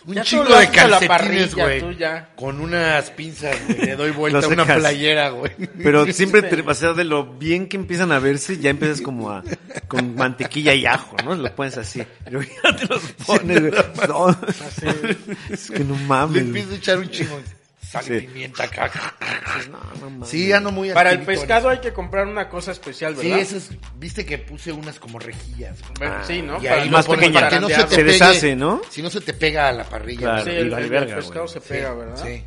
S2: Un
S1: Ya
S2: chingo
S1: todo lo
S2: de
S1: haces a la
S2: calcetines,
S1: parrilla,
S2: güey.
S1: tú ya.
S2: Con unas pinzas, güey. Le doy vuelta
S4: Lo
S2: a una
S4: secas.
S2: playera, güey.
S4: Pero siempre, te, o sea, de lo bien que empiezan a verse, ya empiezas como a, con mantequilla y ajo, ¿no? Lo pones así. Pero ya te los pones, güey. No. Es que no
S2: Le
S4: mames. güey.
S2: empiezo a echar un chingo. de Sal y
S4: Sí.
S2: pimienta acá.
S4: Pues no, no mames.
S2: Sí, ando muy
S1: Para el
S2: activito en
S1: pescado hay que comprar una cosa especial,
S2: Sí,
S1: ¿verdad?
S2: esas, viste que puse unas como rejillas. güey.
S1: Bueno, sí, ¿no?
S2: Ah, Y
S1: Para
S2: ahí
S1: no
S2: más
S4: más
S1: poner
S4: pequeña.
S1: para
S2: para que no se te
S1: tantear.
S4: Se
S2: pegue,
S4: deshace, ¿no?
S2: Si no se te pega a la parrilla.
S4: Claro.
S1: Sí,
S2: güey.
S4: Y
S1: el,
S4: vale
S1: el
S4: verga,
S1: pescado
S4: güey.
S1: se pega, ¿verdad?
S2: Sí.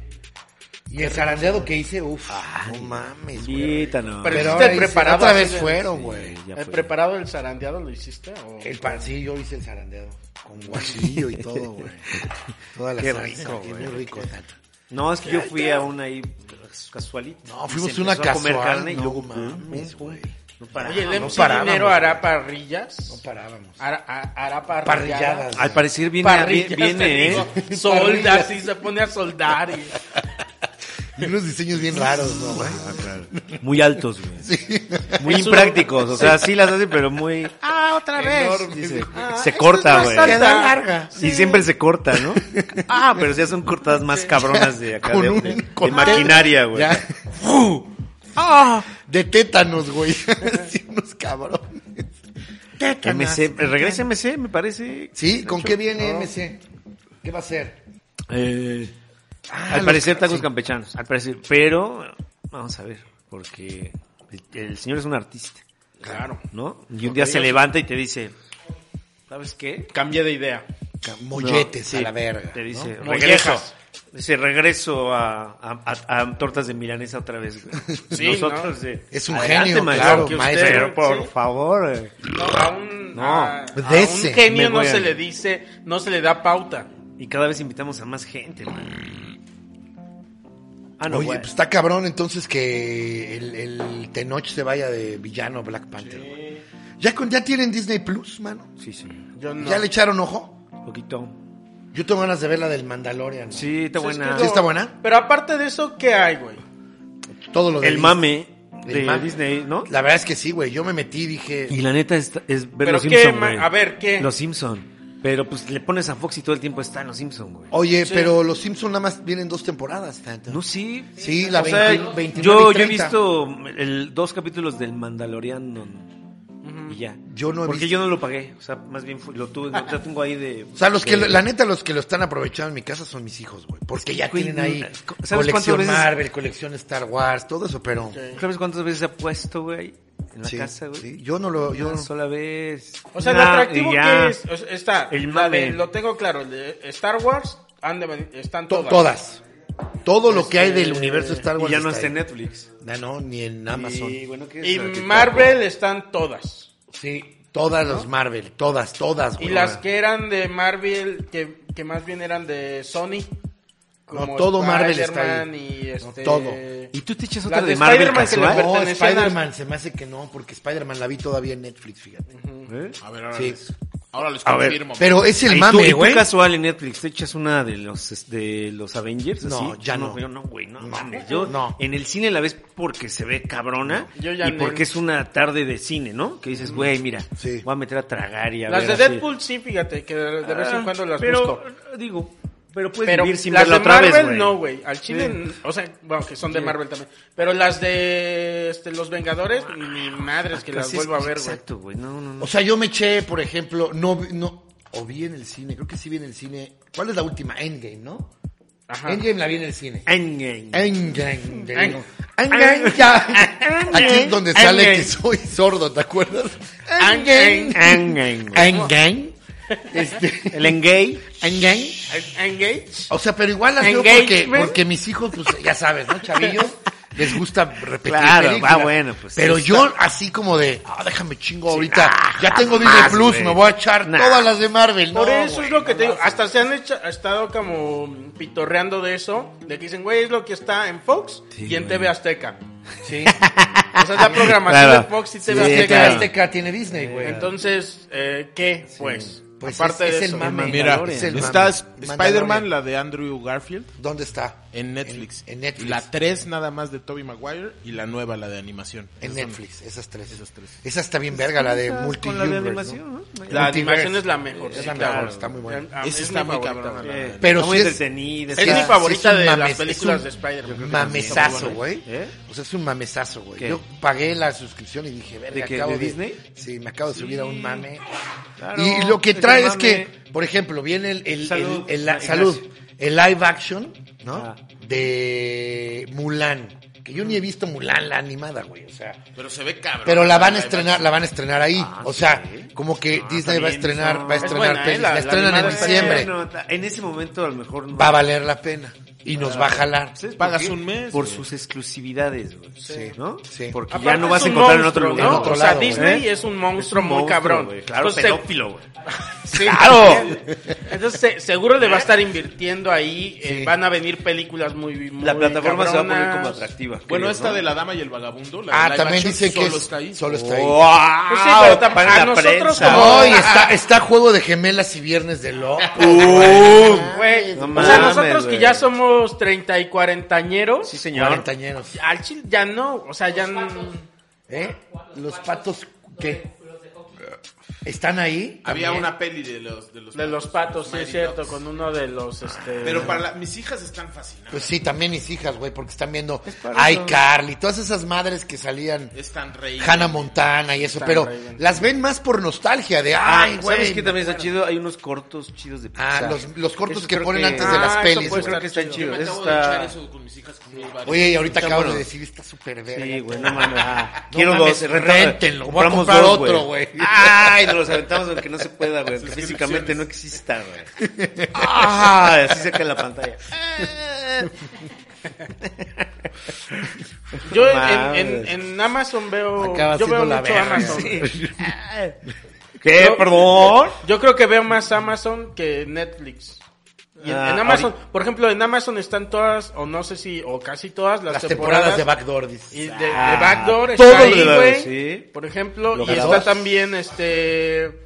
S2: Y el zarandeado que hice, uff, no mames, güey.
S4: Quítanos.
S1: Pero-
S2: Pero
S1: hiciste
S2: ahora
S1: el
S2: hice-
S1: preparado
S2: otra
S1: así
S2: vez
S1: de-
S2: fueron, güey.
S4: Ya
S1: ¿El
S4: fue.
S1: preparado del zarandeado lo hiciste? O...
S2: El pan, sí, yo hice el zarandeado. Con guajillo y todo, güey. Toda la
S4: Qué
S2: salsa,
S4: rico,
S2: qué
S4: güey.
S2: Muy rico, Tato.
S4: No, es que yo fui a una ahí casualita.
S2: No,
S4: Y
S2: fuimos
S4: se
S2: una
S4: empezó a
S2: casual.
S4: comer carne y
S2: no
S4: luego
S2: mames, güey.
S4: no para.
S1: Oye, el
S2: no
S1: MC
S2: parábamos,
S1: Dinero
S2: güey.
S1: hará parrillas.
S2: No parábamos.
S1: Hará, ha- hará parrilladas.
S2: Parrilladas.
S4: Al parecer viene,
S1: Parrillas, te
S4: viene, ¿eh?
S1: digo. Solda, sí, se pone a soldar. y-
S2: Y unos diseños bien raros, ¿no, güey?
S4: Ah, Muy altos, güey. Muy
S1: Es un-
S4: imprácticos. O sea, sí las hacen, pero muy...
S1: Ah, otra
S2: Enormes,
S1: Dice,
S2: güey.
S1: ah,
S4: se
S1: esta
S4: corta,
S1: es
S4: güey.
S1: más alta.
S4: Y siempre se corta, ¿no? Ah, pero ya son cortadas más cabronas de acá,
S2: Con
S4: de,
S2: un-
S4: de- de
S2: con-
S4: maquinaria, güey.
S2: Ya. ¡Fu! ¡Ah! De tétanos, güey. Sí, unos cabrones.
S4: MC, eh, regresa MC, me parece.
S2: ¿Sí? ¿Con qué viene MC? ¿Qué va a ser?
S4: Eh,
S2: Ah,
S4: al
S2: los
S4: parecer
S2: ca-
S4: tacos
S2: sí.
S4: campechanos, al parecer. Pero, vamos a ver, porque el, el señor es un artista,
S1: Claro.
S4: ¿no? Y un día se levanta y te dice, ¿sabes qué?
S1: Cambié de idea.
S2: Ca- Molletes
S4: No,
S2: a
S4: sí.
S2: la verga.
S4: Te dice,
S1: ¿no?
S4: regreso.
S1: Mollejas.
S4: Dice, regreso a, a- a- a tortas de milanesa otra vez. güey".
S1: Sí,
S4: Nosotros,
S1: ¿no?
S4: eh,
S2: Es un
S4: adelante,
S2: genio,
S4: maestro.
S2: claro,
S1: que usted-
S2: maestro.
S4: Pero por
S1: Sí.
S4: favor. eh.
S1: No, a un,
S4: No,
S1: a-
S2: de
S1: a un
S2: ese
S4: me
S1: genio no
S4: voy a-
S1: se le dice, no se le da pauta.
S4: Y cada vez invitamos a más gente, man. Ah, no,
S2: Oye,
S4: güey.
S2: pues está cabrón entonces que el, el Tenoch se vaya de villano a Black Panther, güey. ¿Ya, con- ya tienen Disney Plus, mano.
S4: Sí, señor.
S1: Yo no.
S2: ¿Ya le echaron ojo?
S4: Un poquito.
S2: Yo tengo ganas de ver la del Mandalorian. ¿no?
S4: Sí, está
S1: Pues es que
S4: buena.
S1: lo-
S2: ¿Sí está buena?
S1: Pero aparte de eso, ¿qué hay, güey?
S2: Todo lo de
S4: El
S2: Disney.
S4: mame de
S2: El mame.
S4: Disney, ¿no?
S2: La verdad es que sí, güey. Yo me metí y dije.
S4: Y la neta es, es ver
S1: ¿Pero
S4: los
S1: qué,
S4: Simpson,
S1: ma-
S4: güey.
S1: a ver, qué?
S4: Los Simpson. Pero pues le pones a Fox y todo el tiempo está en los Simpson, güey.
S2: Oye,
S1: Sí.
S2: pero los Simpsons nada más vienen dos temporadas. tanto.
S4: No, sí.
S2: Sí, la
S4: O sea,
S2: 20 29
S4: yo,
S2: y
S4: yo he
S2: 30.
S4: visto el, dos capítulos del Mandaloriano y ya.
S2: Yo no he
S4: Porque
S2: visto.
S4: yo no lo pagué. O sea, más bien fui- lo tuve, lo tengo ahí de...
S2: O sea, los que,
S4: de-
S2: la neta, los que lo están aprovechando en mi casa son mis hijos, güey. Porque ya
S4: Güey,
S2: tienen ahí
S4: co- ¿sabes
S2: colección
S4: cuántas veces-
S2: Marvel, colección Star Wars, todo eso, pero.
S4: ¿Sabes cuántas veces se ha puesto, güey? En la
S2: Sí,
S4: casa, güey.
S2: sí. Yo no lo. Yo
S4: Una
S2: no-
S4: sola vez.
S1: O sea, el
S4: Nah,
S1: atractivo
S4: y ya.
S1: que es, o sea, está,
S4: El
S1: la
S4: mame.
S1: de- lo tengo claro, el de Star Wars, han de venir- están
S2: to-
S1: todas.
S2: todas. Todo lo que hay del universo Star
S4: Este, Y
S2: Wars.
S4: ya no
S2: está
S4: está en
S2: ahí.
S4: Netflix.
S2: No, no, ni en Amazon.
S4: Y, bueno, ¿qué es?
S1: Y
S4: La que-
S1: Marvel están todas.
S2: Sí, todas las Marvel, todas, todas,
S1: Y
S2: güey.
S1: las que eran de Marvel, que, que más bien eran de Sony.
S2: No, todo Marvel está
S1: Spider-Man
S2: ahí.
S1: Y
S2: No,
S1: este,
S2: todo.
S4: ¿Y tú te echas
S1: La
S4: otra
S1: de
S4: de, Marvel
S1: Spider-Man que le
S4: casual?
S2: No,
S1: pertenecían a-
S4: ¿Eh?
S2: Spider-Man se me hace que no, porque Spider-Man la vi todavía en Netflix, fíjate.
S3: A ver, ahora.
S2: Sí.
S3: Ahora les
S4: A ver,
S3: confirmo.
S2: Pero es Este el
S4: ¿Y tú- y
S2: mame,
S4: tú
S2: güey.
S4: casual en Netflix te echas una de los es- de los Avengers?
S2: No,
S4: así?
S2: ya no.
S4: Yo no, güey, no, mames. Yo
S2: No.
S4: en el cine la ves porque se ve cabrona
S1: Yo ya
S4: y
S1: no. Mm.
S4: porque es una tarde de cine, ¿no? Que dices, güey, mira,
S2: Sí.
S4: voy a meter a tragar y a
S1: Las
S4: ver
S1: de
S4: así.
S1: Deadpool sí, fíjate, que de, de vez en
S4: Ah,
S1: cuando las
S4: pero, eh,
S1: busco.
S4: digo, pero puedes
S1: Pero
S4: vivir sin
S1: las
S4: verla
S1: de
S4: otra
S1: Marvel
S4: vez, güey.
S1: no, güey. Al chile, n- o sea, bueno, que son de Marvel también. Pero las de este, Los Vengadores, ni madres que las
S4: Así es,
S1: vuelvo a ver, güey.
S4: Exacto, güey, no, no, no.
S2: O sea, yo me eché, por ejemplo, no, vi- no, o vi en el cine, creo que sí vi en el cine. ¿Cuál es la última? Endgame, ¿no?
S1: Ajá.
S2: Endgame la vi en el cine.
S4: Endgame.
S2: Endgame. te digo.
S4: Endgame.
S2: Endgame, ya.
S4: Endgame.
S2: Aquí es donde sale
S4: Endgame.
S2: que soy sordo, ¿te acuerdas?
S4: Endgame. Endgame, güey.
S2: Endgame. Este,
S4: El engay.
S2: Endgame.
S1: En- Engage.
S2: O sea, pero igual las veo porque,
S1: Engagement.
S2: porque mis hijos, pues ya sabes, ¿no? Chavillos, les gusta repetir
S4: Claro,
S2: películas.
S4: ah, bueno, pues,
S2: Pero
S4: sí
S2: yo así como de, ah, déjame chingo ahorita,
S4: nah,
S2: ya tengo
S4: jamás,
S2: Disney Plus,
S4: güey.
S2: me voy a echar
S4: Nah.
S2: todas las de Marvel.
S1: Por
S2: No,
S1: eso
S2: güey,
S1: es lo que
S2: no
S1: te digo.
S2: mames.
S1: Hasta se han hecho- ha estado como pitorreando de eso. De que dicen, güey, es lo que está en Fox
S4: Sí,
S1: y en
S4: güey.
S1: TV Azteca.
S2: Sí.
S1: O sea, es la programación
S4: Claro.
S1: de Fox y
S4: Sí,
S1: TV Azteca.
S4: claro.
S2: Azteca tiene Disney, güey.
S1: Entonces, eh, ¿qué? Pues,
S2: Pues
S1: aparte
S2: es-
S1: de
S2: es el
S1: eso.
S2: mame.
S3: Mira,
S4: Mandalorian.
S2: Es el
S3: está
S2: mame.
S3: Sp-
S2: Mandalorian.
S3: Spider-Man, la de Andrew Garfield,
S2: ¿Dónde está?
S3: en Netflix.
S2: En, en Netflix.
S3: La 3 nada más de Tobey Maguire y la nueva, la de animación.
S2: en
S3: Esas son-
S2: Netflix, esas tres.
S3: Esas tres.
S2: Esa está bien verga, la de multi
S4: Con la de animación, ¿no?
S1: La
S2: Multiverse.
S1: animación es la mejor.
S2: Es
S1: sí,
S2: la
S1: claro.
S2: mejor, está muy buena.
S1: Ah,
S3: Esa
S1: es
S3: está
S1: mi
S3: muy
S1: favorita,
S3: cabrona.
S1: güey.
S4: Eh,
S2: Pero
S4: está muy
S2: sí es-
S4: entretenida.
S1: Es
S4: está-
S1: mi favorita
S2: es un
S1: de
S2: mames,
S1: las películas
S2: es un-
S1: de Spider-Man.
S2: Mamesazo, güey.
S4: ¿Eh?
S2: O sea, es un mamesazo, güey.
S4: ¿Qué?
S2: Yo pagué la suscripción y dije, verga,
S4: ¿De qué?
S2: acabo
S4: ¿De Disney?
S2: Sí, me acabo de subir a un mame.
S4: Claro,
S2: y lo que
S4: es
S2: trae
S4: un
S2: es que,
S4: mame.
S2: por ejemplo, viene el, el,
S4: Salud.
S2: el- el la-
S4: Ah,
S2: salud,
S4: gracias.
S2: el live action, ¿no?
S4: Ah.
S2: De Mulan. Que yo ni he visto Mulan, la animada, güey. O sea,
S3: Pero se ve cabrón.
S2: pero la van a
S3: Ahí va.
S2: estrenar, la van a estrenar ahí.
S4: Ah,
S2: o sea,
S4: sí.
S2: como que
S4: Ah,
S2: Disney va a
S4: también,
S2: estrenar,
S4: no.
S2: va a
S4: Es
S2: estrenar
S1: buena, ¿eh?
S2: pelis.
S1: La-
S2: La,
S1: la
S2: estrenan en
S1: animada está
S2: diciembre.
S4: Bueno, en ese momento a lo mejor no.
S2: Va a valer la pena. Y nos va a jalar.
S4: ¿Sabes por
S3: Pagas
S4: qué?
S3: un mes,
S4: Por
S3: güey.
S4: sus exclusividades, güey.
S2: Sí.
S4: ¿no?
S2: Sí.
S4: Porque
S1: Aparte
S4: ya no
S1: es
S4: vas a
S1: un
S4: encontrar
S1: monstruo,
S4: en otro lugar.
S1: ¿no?
S2: otro
S1: o sea,
S2: lado,
S1: Disney
S4: ¿eh?
S1: es un monstruo
S4: Es un
S1: muy
S4: monstruo,
S1: cabrón.
S4: güey. Claro,
S1: Entonces,
S4: pedófilo, güey.
S1: Sí.
S4: ¡Claro!
S1: Entonces, se- seguro le va a estar invirtiendo ahí. eh,
S2: Sí.
S1: van a venir películas muy, muy
S4: La plataforma se va a poner
S1: cabronas.
S4: como atractiva.
S3: Bueno,
S4: creo,
S3: esta
S4: ¿no?
S3: de la dama y el vagabundo. La de
S2: Ah,
S3: live
S2: también
S3: action,
S2: dicen que
S3: solo
S2: es-
S3: está ahí.
S2: solo está ahí.
S4: ¡Wow!
S1: Pues sí, pero tam-
S4: Paga
S1: a
S4: la
S1: nosotros
S4: prensa.
S1: como-
S2: No, y está, está juego de gemelas y viernes de loco.
S3: Oh.
S4: ¡Uh!
S1: Güey,
S4: No
S1: o sea,
S4: mames,
S1: nosotros
S4: güey.
S1: que ya somos 30 y 40
S4: Sí,
S1: añeros,
S4: señor.
S2: Cuarentañeros.
S1: al chile ya no, o sea, ya no.
S2: ¿Eh? Los patos, ¿qué? ¿Están ahí?
S3: Había
S2: También.
S3: una peli de los... De los,
S1: De los patos, sí, es
S3: Mighty
S1: cierto,
S3: Ducks.
S1: con uno de los, este...
S3: Pero para la- mis hijas están fascinadas.
S2: Pues sí, también mis hijas, güey, porque están viendo
S4: para
S2: Ay,
S4: eso.
S2: Carly, todas esas madres que salían
S3: Están reídas.
S2: Hannah Montana y eso,
S1: Están
S2: pero
S1: reídas.
S2: las ven más por nostalgia de
S4: Ah,
S2: ay, güey.
S4: ¿Sabes qué también está chido? Hay unos cortos chidos de
S2: Ah,
S4: Pixar.
S2: los, los cortos
S4: Eso
S2: que
S4: creo
S2: ponen
S4: que-
S2: antes de las
S1: Ah, eso
S2: pelis.
S1: puede
S2: güey.
S4: creo que están
S3: Yo
S4: chidos.
S3: me
S4: Eso
S3: acabo de
S4: está...
S3: echar eso con mis hijas. Con unos varios.
S2: Oye, y ahorita
S4: Está
S2: acabo
S4: bueno.
S2: de decir, está súper verga.
S4: Sí, güey, no mames. Ah,
S2: No
S4: Quiero
S2: mames,
S4: dos. renta-
S2: réntenlo, voy a
S4: compramos
S2: comprar
S4: dos,
S2: otro, güey.
S4: Ay, nos los aventamos aunque no se pueda, güey. aunque Físicamente no exista, güey. Ah, así se cae la pantalla.
S1: Yo en,
S4: Mames.
S1: en- en Amazon veo...
S2: Acaba
S1: yo
S2: siendo
S1: veo
S2: la
S1: mucho
S2: verga,
S1: Amazon.
S4: ¿Qué?
S1: Yo-
S4: ¿Perdón?
S1: Yo creo que veo más Amazon que Netflix. Y en,
S4: Ah,
S1: en Amazon, por ejemplo, en Amazon están todas, o no sé si, o casi todas las,
S2: Las temporadas de Backdoor, dices.
S1: Y de, de
S4: Ah,
S1: Backdoor
S4: todo
S1: está
S4: lo
S1: ahí,
S4: de
S1: güey.
S4: Backdoor, sí.
S1: Por ejemplo,
S4: Lo
S1: y
S4: de
S1: está
S4: Backdoor.
S1: también este...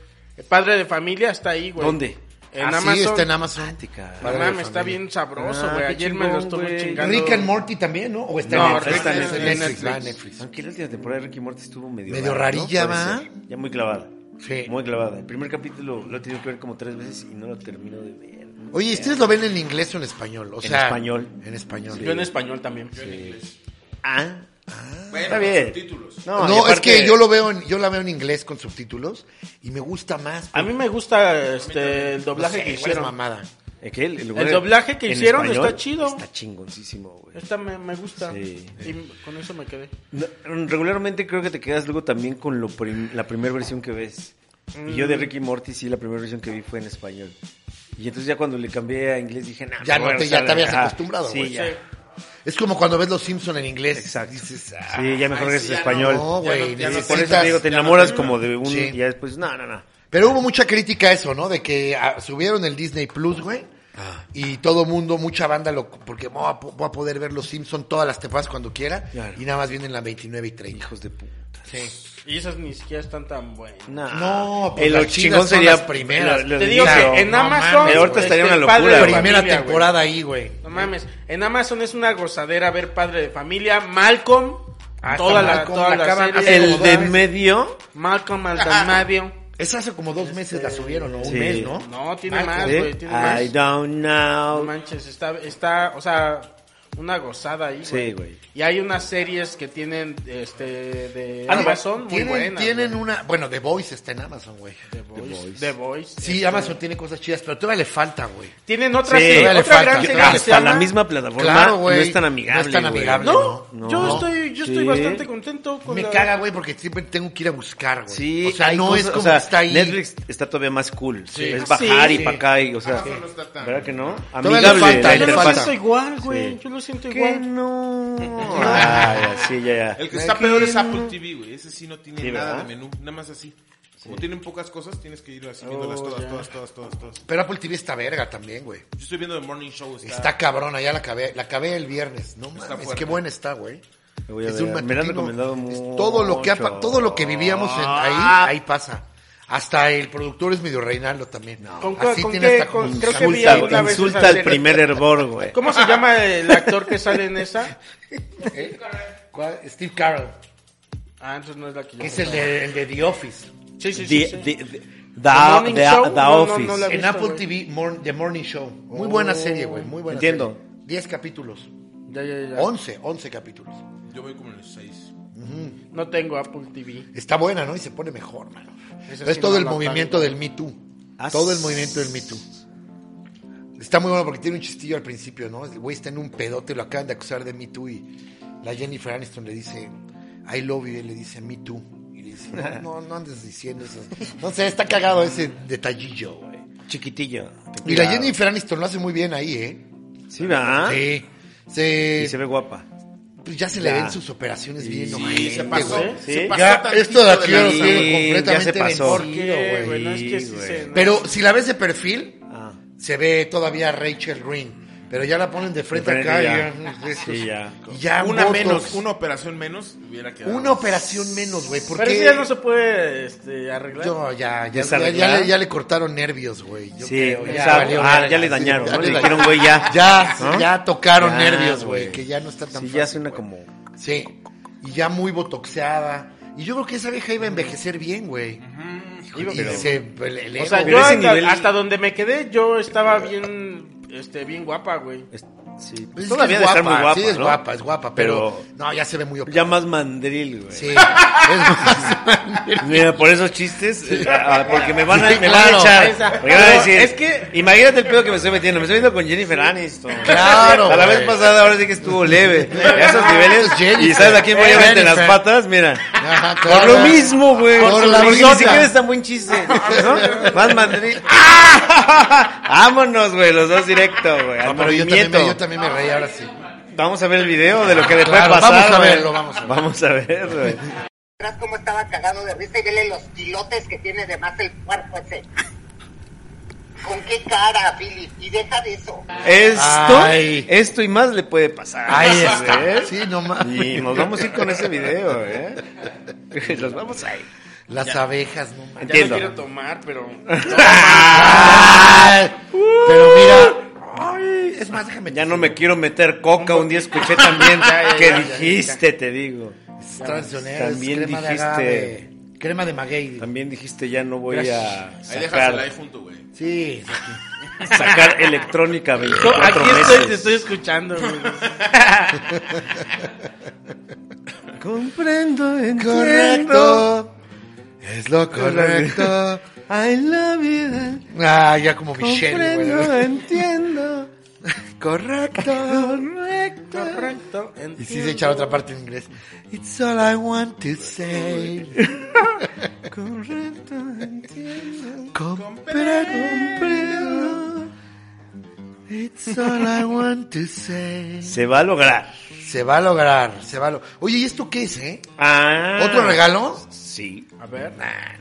S1: Padre de familia está ahí, güey.
S4: ¿Dónde?
S1: En
S2: Ah, sí,
S1: Amazon.
S2: está en Amazon.
S4: Práctica.
S1: No mames, está bien sabroso,
S4: Ah,
S1: güey.
S4: qué
S1: Ayer me lo
S4: chingón,
S1: estuve
S4: güey.
S1: chingando.
S2: Rick and Morty también, ¿no? O está
S1: No,
S2: en Netflix.
S1: Rick and
S2: Está en
S1: Morty.
S2: Netflix, va en
S1: Netflix.
S2: Netflix.
S4: Aunque la última temporada de Ricky Morty estuvo medio...
S2: Medio
S4: rara, ¿no?
S2: rarilla,
S4: Puede
S2: ¿va?
S4: ser. Ya muy clavada.
S2: Sí.
S4: Muy clavada. El primer capítulo lo he tenido que ver como tres veces y no lo termino de ver.
S2: Oye, ¿y ¿ustedes lo ven en inglés o en español? O
S4: En
S2: sea,
S4: español.
S2: En español.
S1: Yo en español también.
S4: Ah,
S3: Bueno,
S4: está bien.
S3: subtítulos.
S2: No,
S4: y
S2: es
S4: aparte-
S2: que yo lo veo en, yo la veo en inglés con subtítulos y me gusta más.
S1: A mí me gusta este el
S2: No
S1: doblaje
S2: sé,
S1: que
S2: igual es
S1: hicieron.
S2: mamada.
S4: ¿Eh, qué? El,
S1: El doblaje que
S4: en
S1: hicieron está chido.
S4: Está chingoncísimo, güey.
S1: Esta me, me gusta.
S4: Sí.
S1: Y con eso me quedé.
S4: No, regularmente creo que te quedas luego también con lo prim- la primera versión que ves. Y yo
S2: Mm.
S4: de Ricky Morty, sí, la primera versión que vi fue en español. Y entonces ya cuando le cambié a inglés dije, nah,
S2: Ya
S4: me voy
S2: no
S4: a
S2: te- ya
S4: usar
S2: te habías
S4: la-
S2: acostumbrado,
S4: Sí,
S2: güey.
S4: ya.
S1: Sí.
S2: Es como cuando ves Los Simpson en inglés.
S4: Exacto.
S2: Dices, ah,
S4: Sí, ya mejor
S3: Ay,
S4: es
S3: sí, ya
S4: español.
S2: no, güey.
S3: Ya no- ya no-
S4: Por
S2: necesitas-
S4: eso te digo, te
S3: ya no
S4: enamoras
S3: termina.
S4: como de un...
S2: Sí.
S4: Y ya después, no, no, no.
S2: Pero hubo mucha crítica a eso, ¿no? De que ah, subieron el Disney Plus, güey. Y todo mundo, mucha banda, lo, porque voy a, po- voy a poder ver los Simpson todas las temporadas cuando quiera.
S4: Claro.
S2: Y nada más vienen la 29 y 30.
S4: Hijos de puta.
S2: Sí.
S1: Y esas ni siquiera están tan buenas.
S2: No, pues las chidas son las primeras.
S4: lo- lo
S1: Te digo
S4: claro.
S1: que en
S2: no
S1: Amazon. este,
S2: mames,
S4: ahorita estaría una
S1: Padre
S4: locura,
S1: de
S4: güey.
S2: Primera
S1: Familia, güey.
S2: temporada ahí, güey.
S1: No mames. En Amazon es una gozadera ver padre de familia. Malcolm.
S4: Ah,
S1: toda la,
S2: Malcolm
S1: toda
S2: la
S1: la
S2: acaban-
S1: serie.
S2: hace
S4: El
S2: como
S4: de
S2: dos
S4: en medio.
S1: Malcolm Altamadio.
S2: Esa hace como dos meses la subieron, ¿no? Un
S4: sí.
S2: mes, ¿no?
S1: No, tiene
S2: Malcolm,
S1: más,
S4: ¿eh?
S1: Ah, güey. Tiene más.
S4: I don't
S1: No
S4: know.
S1: manches, está, está, o sea, una gozada ahí.
S4: Sí, güey.
S1: Y hay unas series que tienen, este, de
S4: Ah,
S2: Algo-
S1: Amazon muy
S2: Ah, tienen,
S1: buenas.
S2: Tienen
S1: güey.
S2: una. Bueno, The Voice está en Amazon, güey.
S1: The Voice.
S4: Voice.
S1: The Voice.
S2: Sí,
S1: Este,
S2: Amazon tiene cosas chidas, pero todavía le falta, güey.
S1: Tienen otra
S4: Sí,
S1: serie,
S2: todavía le
S1: otra
S2: falta.
S1: gran serie que se
S4: Hasta
S1: llama...
S4: la misma plataforma
S2: Claro, güey.
S4: no es tan
S2: No
S4: amigable.
S2: es tan
S4: güey.
S2: amigable.
S1: No,
S4: No,
S1: yo
S4: no.
S1: estoy, yo estoy
S4: Sí.
S1: bastante contento con
S2: Me
S1: la-
S2: caga, güey, porque siempre tengo que ir a buscar, güey.
S4: Sí,
S2: o sea,
S4: hay
S2: no
S4: cosas-
S2: es como
S4: o sea,
S2: está ahí.
S4: Netflix está todavía más cool.
S2: Sí. Ah,
S4: Es
S1: Ah, sí,
S4: bajar y
S1: sí.
S4: para acá y, o sea,
S3: Amazon no está tan-
S4: ¿verdad que no?
S2: Todavía le
S4: Amigable.
S1: Yo
S2: falta, le
S4: la
S1: lo
S4: interfaz.
S2: falta.
S1: siento igual, güey.
S4: Sí.
S1: Yo lo siento
S4: ¿Qué
S1: igual.
S4: no? Ay, sí, ya, ya.
S3: El que está peor es Apple TV, güey. Ese sí no tiene
S4: Sí,
S3: nada de
S4: ¿verdad?
S3: menú, nada más así. Como tienen pocas cosas, tienes que ir así
S2: Oh,
S3: viéndolas todas, todas, todas, todas, todas.
S2: Pero Apple TV está verga también, güey.
S3: Yo estoy viendo The Morning Show. Está,
S2: Está cabrona, ya la acabé, la acabé el viernes. No
S3: Está
S2: mames,
S3: fuerte.
S2: qué buena está, güey.
S4: Lo voy a
S2: Es
S4: ver.
S2: un
S4: Me la han
S2: matutino.
S4: recomendado
S2: Es Todo lo que, ha pa-
S4: mucho.
S2: todo lo que vivíamos en-
S4: Ah.
S2: ahí, ahí pasa. Hasta el productor es medio Reinaldo también.
S1: ¿Con qué- con qué-
S2: hasta como
S1: con-
S2: un
S1: creo que vi
S2: culta,
S4: Insulta,
S1: alguna vez esa
S4: insulta al
S1: serie.
S4: primer hervor, güey.
S1: ¿Cómo se llama el actor que sale en esa?
S2: güey. ¿Eh? ¿Cuál? Steve Carell,
S1: Ah, entonces no es la que yo
S2: que es el de, el de The Office.
S1: Sí, sí, sí.
S4: The, the,
S1: sí.
S4: the, the,
S1: Morning
S4: the-
S1: Show,
S4: the
S1: no, no,
S4: Office.
S1: no la-
S2: En
S1: visto,
S2: Apple
S1: güey.
S2: TV, Mor- The Morning Show. Oh, Muy buena serie, güey. Muy buena
S4: Entiendo.
S2: serie. 10 capítulos.
S1: Ya, ya, ya.
S2: 11, 11 capítulos.
S3: Yo voy como en los seis.
S1: No tengo Apple TV.
S2: Está buena, ¿no? Y se pone mejor, mano.
S1: Esa
S2: es
S1: sí
S2: todo
S1: no
S2: el
S1: la
S2: movimiento
S1: tanto.
S2: del Me Too.
S4: Ah,
S2: todo el
S4: sí.
S2: movimiento del Me Too. Está muy bueno porque tiene un chistillo al principio, ¿no? El güey está en un pedote, lo acaban de acusar de Me Too y la Jennifer Aniston le dice, I love you, y él le dice, Me Too. Y le dice, no, no, no andes diciendo eso. No sé, está cagado ese detallillo, güey.
S4: Chiquitillo.
S2: Y la Jennifer Aniston lo hace muy bien ahí, ¿eh?
S4: Sí, va.
S2: Sí. Se,
S4: Y se ve guapa.
S2: pues ya se le
S4: Ya.
S2: ven sus operaciones bien.
S4: Sí,
S2: ojete,
S3: se pasó.
S2: güey.
S4: Sí.
S3: Se pasó
S2: Ya,
S3: tantito
S2: esto de aquí
S3: la
S2: lo
S4: Sí,
S3: línea.
S2: tiene completamente
S4: ya se pasó.
S1: ¿Por
S2: vencido,
S1: qué,
S2: güey.
S1: güey? No es que sí
S4: güey.
S1: se- no.
S2: Pero si la ves de perfil,
S4: Ah.
S2: se ve todavía Rachel Green. Pero ya la ponen de frente
S4: De frente
S2: acá.
S4: ya.
S2: y ya,
S4: Sí,
S2: estos-
S4: ya.
S2: y ya
S3: Una
S2: votos.
S3: menos, una operación menos hubiera quedado.
S2: Una operación menos, güey.
S1: Pero
S2: Porque
S1: eso ya no se puede este, arreglar.
S2: Yo, ya, ya, ya,
S4: ¿Desarreglar?
S2: ya le, ya le cortaron nervios, güey. Yo
S4: Sí,
S2: creo,
S4: o sea,
S2: valió
S4: ah,
S2: verga.
S4: ya le dañaron,
S2: Sí,
S4: ¿no?
S2: ya
S4: Le
S2: da-
S4: dijeron, güey, ya.
S2: Ya,
S4: ¿No?
S2: ya tocaron
S4: Ya,
S2: nervios, güey.
S4: güey.
S2: Que ya no está tan
S4: Sí,
S2: fácil,
S4: ya suena
S2: güey.
S4: como...
S2: Sí. Y ya muy botoxeada. Y yo creo que esa vieja iba a envejecer bien, güey.
S1: Digo,
S2: Y
S1: pero-
S2: se eleva,
S1: o sea,
S2: güey.
S1: yo
S4: ese
S1: hasta,
S4: nivel-
S1: hasta donde me quedé, yo estaba bien, este, bien guapa, güey.
S4: es- Sí.
S2: Pues es que
S4: Todavía
S2: es
S4: de estar
S2: guapa,
S4: muy guapa,
S2: Sí, es
S4: ¿no?
S2: guapa, es guapa, pero,
S4: Pero-
S2: No, ya se ve muy operada.
S4: Ya más mandril, güey.
S2: Sí. es más-
S4: Mira, por esos chistes, eh, ah, porque me van a,
S2: Sí,
S4: me van a
S2: claro.
S4: echar. Me van a
S1: Pero
S4: decir,
S1: es que-
S4: imagínate el pedo que me estoy metiendo. Me estoy viendo con Jennifer Aniston.
S2: Claro,
S4: A la
S2: güey.
S4: vez pasada, ahora sí que estuvo leve. A esos
S2: Es
S4: niveles.
S2: Jennifer.
S4: ¿Y sabes a quién voy a ver entre las
S2: Jennifer.
S4: patas? Mira.
S2: Ajá,
S4: Por
S2: claro.
S4: lo mismo, güey.
S2: Por la
S4: Porque ni
S2: misota.
S4: siquiera es tan buen chiste. ¿No? Más mandril. ¡Ah! Vámonos, güey. Los dos directo, güey. Al
S2: No, Ah, pero yo también,
S4: movimiento.
S2: me, yo también me reí ahora sí.
S4: Vamos a ver el video de lo que le puede
S2: Claro,
S4: pasar.
S2: vamos a
S4: güey.
S2: verlo, vamos a verlo.
S4: Vamos a ver, güey.
S5: verás cómo estaba cagado de risa y vele los kilotes que tiene de más el cuerpo ese. ¿Con qué cara, Philip? Y deja de eso.
S4: Esto,
S2: Ay.
S4: esto y más le puede pasar.
S2: Ahí
S4: ¿eh?
S2: está. Sí, no
S4: Y
S2: mames.
S4: nos vamos a ir con ese video, ¿eh? Nos vamos a ir.
S2: Las abejas, no mames.
S1: Ya
S4: Entiendo.
S1: no quiero tomar, pero...
S2: Ay, Pero mira. Ay, es más, déjame.
S4: Ya no me quiero meter coca, un día escuché también
S1: ya,
S4: que
S1: ya, ya,
S4: dijiste, te digo.
S2: Es tradicional,
S4: También
S2: es crema
S4: dijiste-
S2: De agave, crema de maguey.
S4: También dijiste ya no voy a
S3: Ahí déjasela ahí
S4: sacar,
S3: junto, güey.
S2: Sí.
S4: sacar electrónica
S1: Yo
S4: 24
S1: aquí estoy, te
S4: meses.
S1: estoy escuchando, güey.
S4: Comprendo, entiendo.
S2: Correcto. Es lo correcto.
S4: I love you.
S2: Ah, ya como Michelle,
S4: Comprendo,
S2: güey.
S4: entiendo.
S2: Correcto.
S4: Correcto.
S1: Correcto.
S2: Y sí
S1: entiendo.
S2: se echa otra parte en inglés. It's all I want to say.
S4: Correcto, entiendo.
S2: Comprendo. It's all I want to say.
S4: Se va a lograr.
S2: Se va a lograr, se va a lograr. Oye, ¿y esto qué es, eh?
S4: Ah.
S2: ¿Otro regalo?
S4: Sí.
S1: A ver.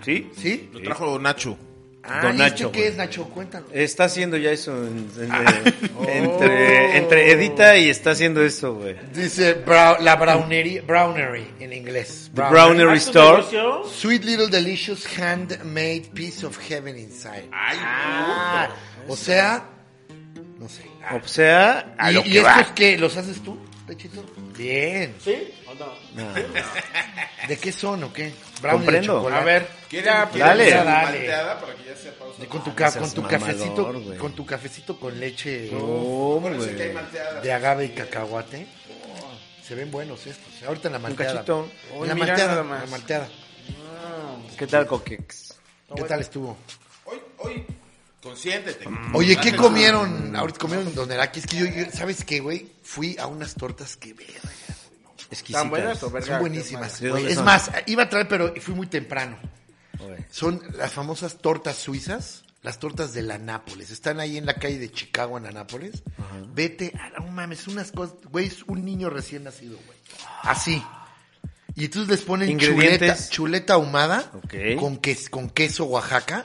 S4: ¿Sí?
S2: ¿Sí?
S3: Lo trajo Nacho.
S2: Ah,
S4: Don
S2: ¿y
S4: Nacho,
S2: este qué
S4: güey. Ah. Oh.
S2: es, Nacho? Cuéntanos.
S4: Está haciendo ya eso en- en- eh, entre, entre Edita y está haciendo eso, güey.
S2: Dice brau- la brownery, brownery en inglés.
S4: The Brownery
S1: ¿Ah, tu
S4: Store.
S1: negocio?
S2: Sweet little delicious handmade piece of heaven inside. Ah, o sea, no sé. Ah.
S4: O sea, a
S2: ¿Y,
S4: lo
S2: y
S4: que
S2: estos
S4: va.
S2: qué? ¿Los haces tú, Pechito? Bien.
S1: ¿Sí? ¿O no?
S2: ¿De qué son o qué?
S4: Comprendo.
S2: de chocolate.
S1: A ver, ya, pues,
S4: Dale.
S1: ya,
S3: Malteada para que ya sea pausa.
S2: Con tu, ca-
S4: seas
S2: con tu
S4: mamador,
S2: cafecito,
S4: güey.
S2: con tu cafecito con leche
S4: Oh,
S3: Parece que hay
S4: güey.
S3: malteada.
S2: de agave y cacahuate. Se ven buenos estos. ¿eh? Ahorita en la malteada.
S4: cachito.
S2: En
S1: Uy,
S2: la
S1: mira
S2: malteada,
S1: nada
S2: en
S1: más.
S2: la malteada.
S4: ¿Qué tal, Coquex?
S2: ¿Qué tal estuvo?
S3: Hoy, hoy, consiéntete.
S4: Mm.
S2: Oye, ¿qué comieron? Ahorita comieron Don Eraki. Es que yo, yo- ¿sabes qué, güey? Fui a unas tortas que verga.
S1: ¿Tan buenas o verga?
S2: Son buenísimas.
S4: ¿De
S2: güey.
S4: dónde
S2: Es
S4: son?
S2: más, iba a traer, pero fui muy temprano.
S4: Güey.
S2: Son las famosas tortas suizas, las tortas de la Nápoles. Están ahí en la calle de Chicago, en la Nápoles. Vete, a, no mames, unas cosas, güey, es un niño recién nacido, güey. Así. Y entonces les ponen chuleta,
S4: Ingredientes.
S2: chuleta ahumada
S4: Ok.
S2: con, ques- con queso Oaxaca.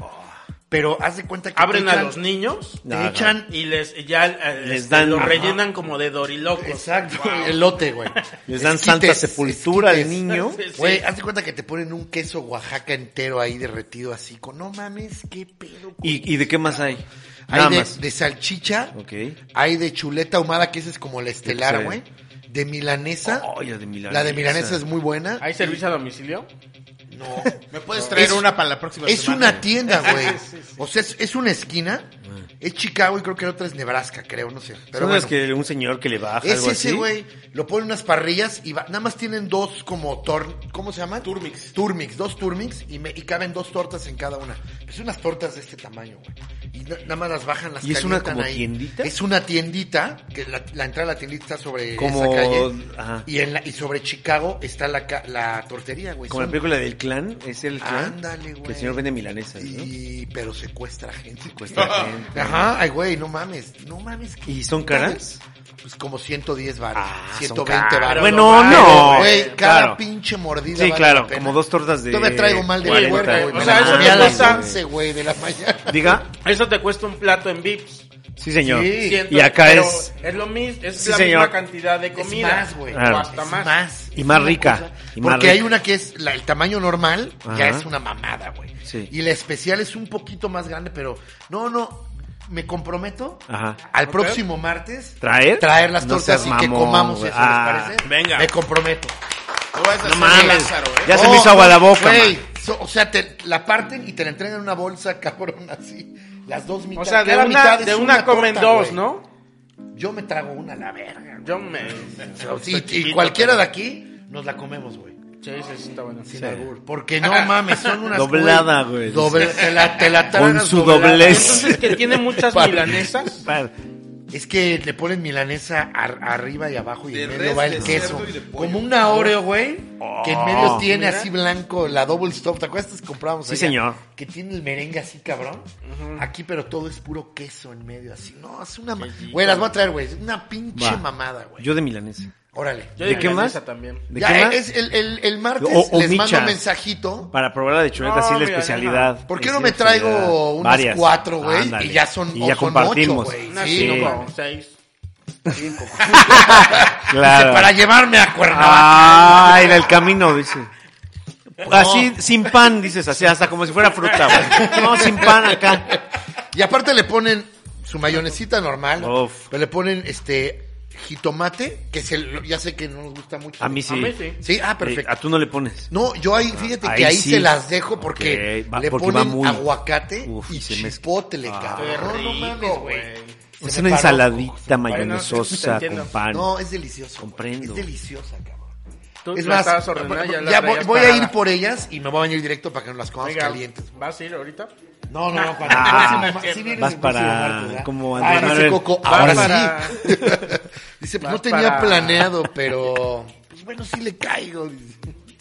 S2: Pero haz de cuenta que
S1: Abren
S2: te
S1: a
S2: echan-
S1: los niños
S2: te
S4: Ajá.
S2: echan
S1: y les y ya eh,
S4: Les
S1: este,
S4: dan-
S1: lo
S4: Ajá.
S1: rellenan como de dorilocos.
S2: Exacto, elote, güey.
S4: Les dan
S2: Esquites,
S4: santa sepultura al
S2: esquites.
S4: niño.
S1: Sí, sí.
S2: Güey, haz de cuenta que te ponen un queso Oaxaca entero ahí derretido así con, no mames, qué pedo. güey.
S4: ¿Y, y de qué más hay? Nada
S2: Hay de,
S4: más.
S2: de salchicha,
S4: Ok.
S2: hay de chuleta ahumada, que esa es como la estelar,
S4: Sí.
S2: güey. De milanesa.
S4: Ay, la de milanesa.
S2: La de milanesa es muy buena.
S1: ¿Hay servicio a domicilio?
S2: No.
S3: ¿Me puedes traer
S2: Es-
S3: una para la próxima
S2: Es
S3: semana?
S2: una tienda, güey. O sea, es, es una esquina. Es Chicago y creo que la otra es Nebraska, creo, no sé. Pero
S4: Ah. Son
S2: bueno.
S4: las que un señor que le baja
S2: Es
S4: algo
S2: ese,
S4: así.
S2: güey. Lo ponen unas parrillas y va- nada más tienen dos como tor... ¿Cómo se llama?
S3: Turmix.
S2: Turmix, dos turmix y, me- y caben dos tortas en cada una. Es unas tortas de este tamaño, güey. Y na- nada más las bajan, las
S4: ¿Y es una
S2: calientan
S4: como
S2: ahí.
S4: tiendita?
S2: Es una tiendita, que la, la entrada a la tiendita está sobre
S4: Como- Ah.
S2: esa calle.
S4: ajá.
S2: Y, en la- y sobre Chicago está la, ca- la tortería, güey.
S4: Como la
S2: Son-
S4: película del clan, es el clan.
S2: Ándale, güey.
S4: Que el señor vende milanesas, ¿no?
S2: Y... Pero secuestra gente.
S4: Secuestra gente.
S2: Ajá, ay, güey, no mames. No mames. que-
S4: ¿Y son caras?
S2: Pues como 110 baros.
S4: Ah,
S2: 120
S4: son
S2: baros.
S4: caras. Bueno,
S1: Pero,
S4: Ah, no.
S2: Güey, cada
S4: Claro.
S2: pinche mordida.
S4: Sí,
S2: vale
S4: claro,
S2: la pena.
S4: como dos tortas de.
S2: Yo me traigo mal de
S4: 40.
S2: huerta, güey.
S1: O
S2: me
S1: sea,
S2: la
S1: eso
S2: comí
S1: te
S2: a las
S1: cuesta-
S2: 11, güey, de la mañana.
S4: Diga.
S1: Eso te cuesta un plato en Vips.
S4: Sí, señor.
S2: Sí.
S1: Siento-
S4: Y acá
S1: pero
S4: es.
S1: Es lo mismo, es
S4: Sí,
S1: la
S4: señor.
S1: misma cantidad de comida.
S2: Es más, güey.
S4: Claro.
S1: O hasta
S2: Es
S1: más.
S4: Y más
S2: Es una
S4: rica,
S2: cosa-
S4: y más
S2: Porque hay
S4: rica.
S2: una que es la- el tamaño normal, ya
S4: Ajá.
S2: es una mamada, güey.
S4: Sí.
S2: Y la especial es un poquito más grande, pero no, no. Me comprometo
S4: Ajá.
S2: al próximo martes
S4: ¿Traer?
S2: traer las
S4: No
S2: tortas
S4: seas
S2: y que
S4: mamón,
S2: comamos
S4: güey.
S2: eso,
S4: Ah,
S2: ¿les parece?
S4: venga.
S2: Me comprometo.
S3: No vas a
S4: No
S3: hacer
S4: mames.
S3: Lázaro, ¿eh?
S4: Ya se me hizo agua la boca,
S2: güey. So- o sea, te la parten y te la entregan en una bolsa, cabrón, así. Las dos mitades.
S1: O sea, de
S2: cada
S1: una,
S2: mitad es
S1: de una
S2: torta,
S1: comen dos,
S2: güey.
S1: ¿no?
S2: Yo me trago una a la verga. güey.
S1: Yo me.
S2: Sí, y cualquiera de aquí nos la comemos, güey.
S1: Sí, sí, sí, está bueno.
S2: Sin albur. Porque no mames, son unas.
S4: Doblada, güey.
S2: Doble- te la, te la
S4: Con
S2: tragas
S4: su
S2: doblada.
S4: doblez.
S1: Entonces, que tiene muchas
S4: Para-
S1: milanesas.
S4: Para-
S2: Es que le ponen milanesa ar- arriba y abajo y
S3: De
S2: en
S3: res,
S2: medio va
S3: de
S2: el queso.
S3: cerdo y de pollo.
S2: Como una Oreo, güey.
S4: Oh,
S2: Que en medio tiene
S1: Mira.
S2: así blanco la double stop. ¿Te acuerdas que comprábamos
S4: Sí,
S2: allá?
S4: señor.
S2: Que tiene el merengue así, cabrón. Aquí, pero todo es puro queso en medio, así. No, es una... ma- Güey, las voy a traer, güey. Es Una pinche
S4: Va.
S2: mamada, güey.
S4: Yo de milanesa.
S2: Órale.
S1: Yo
S4: ¿De
S1: de
S4: qué
S1: milanesa
S4: más?
S1: también.
S4: ¿De
S2: ya,
S4: qué
S2: eh,
S4: más?
S2: es el, el- el martes
S4: O- o
S2: les mando
S4: micha.
S2: un mensajito.
S4: Para probar la de chuleta,
S1: No,
S4: sí, la
S1: milanesa.
S4: especialidad.
S2: ¿Por qué
S4: Es
S2: no me
S4: la especialidad.
S2: traigo unas
S4: Varias.
S2: cuatro, güey?
S4: Ándale.
S2: Y ya son-
S4: Y
S2: o
S4: ya
S2: son
S4: compartimos.
S2: ocho, güey.
S1: Unas
S2: Sí,
S1: cinco,
S2: no,
S1: seis.
S4: Claro.
S2: Para llevarme a Cuernavaca.
S4: Ay, en el camino, dice. Así, sin pan, dices, así, hasta como si fuera fruta, güey. No, sin pan acá.
S2: Y aparte le ponen su mayonesita normal,
S4: Uf.
S2: pero le ponen este jitomate, que es el, ya sé que no nos gusta mucho.
S4: A mí sí.
S1: A mí sí.
S2: Sí, ah,
S4: Eh,
S2: perfecto.
S4: A tú no le pones.
S2: No, yo ahí, fíjate
S4: Ah,
S2: que
S4: ahí
S2: ahí
S4: sí.
S2: se las dejo porque
S4: Ok, va-
S2: le
S4: porque va
S2: ponen
S4: muy-
S2: aguacate
S4: Uf,
S2: y
S4: y se Ah, mezcla.
S2: chipotle, cabrón.
S1: Qué
S2: Ah, no mames,
S1: rico,
S2: güey.
S1: güey.
S2: Se
S4: Es
S2: me paró.
S4: una ensaladita
S1: te
S4: mayonesosa
S1: entiendo.
S4: con pan.
S2: No, es delicioso. güey.
S4: Comprendo.
S2: Es deliciosa, cabrón.
S1: Tú
S2: Es
S1: la
S2: más,
S1: estabas ordenada, ya, la
S2: ya voy,
S1: traías
S2: voy a ir
S1: parada.
S2: por ellas y me voy a venir directo para que nos las comamos
S1: Oiga,
S2: calientes.
S1: ¿Vas a ir ahorita?
S2: No, no, no, para
S4: Ah,
S2: el próximo ma- sí vienes
S4: vas
S2: el próximo
S4: para-
S2: martes, ¿verdad?
S4: como
S2: Ah,
S4: Andrés
S2: dice
S4: Manuel.
S2: Coco,
S1: Vas
S2: ahora
S1: para-
S2: sí. dice, pues no
S1: Vas
S2: tenía
S1: para-
S2: planeado, pero pues bueno, sí le caigo. dice.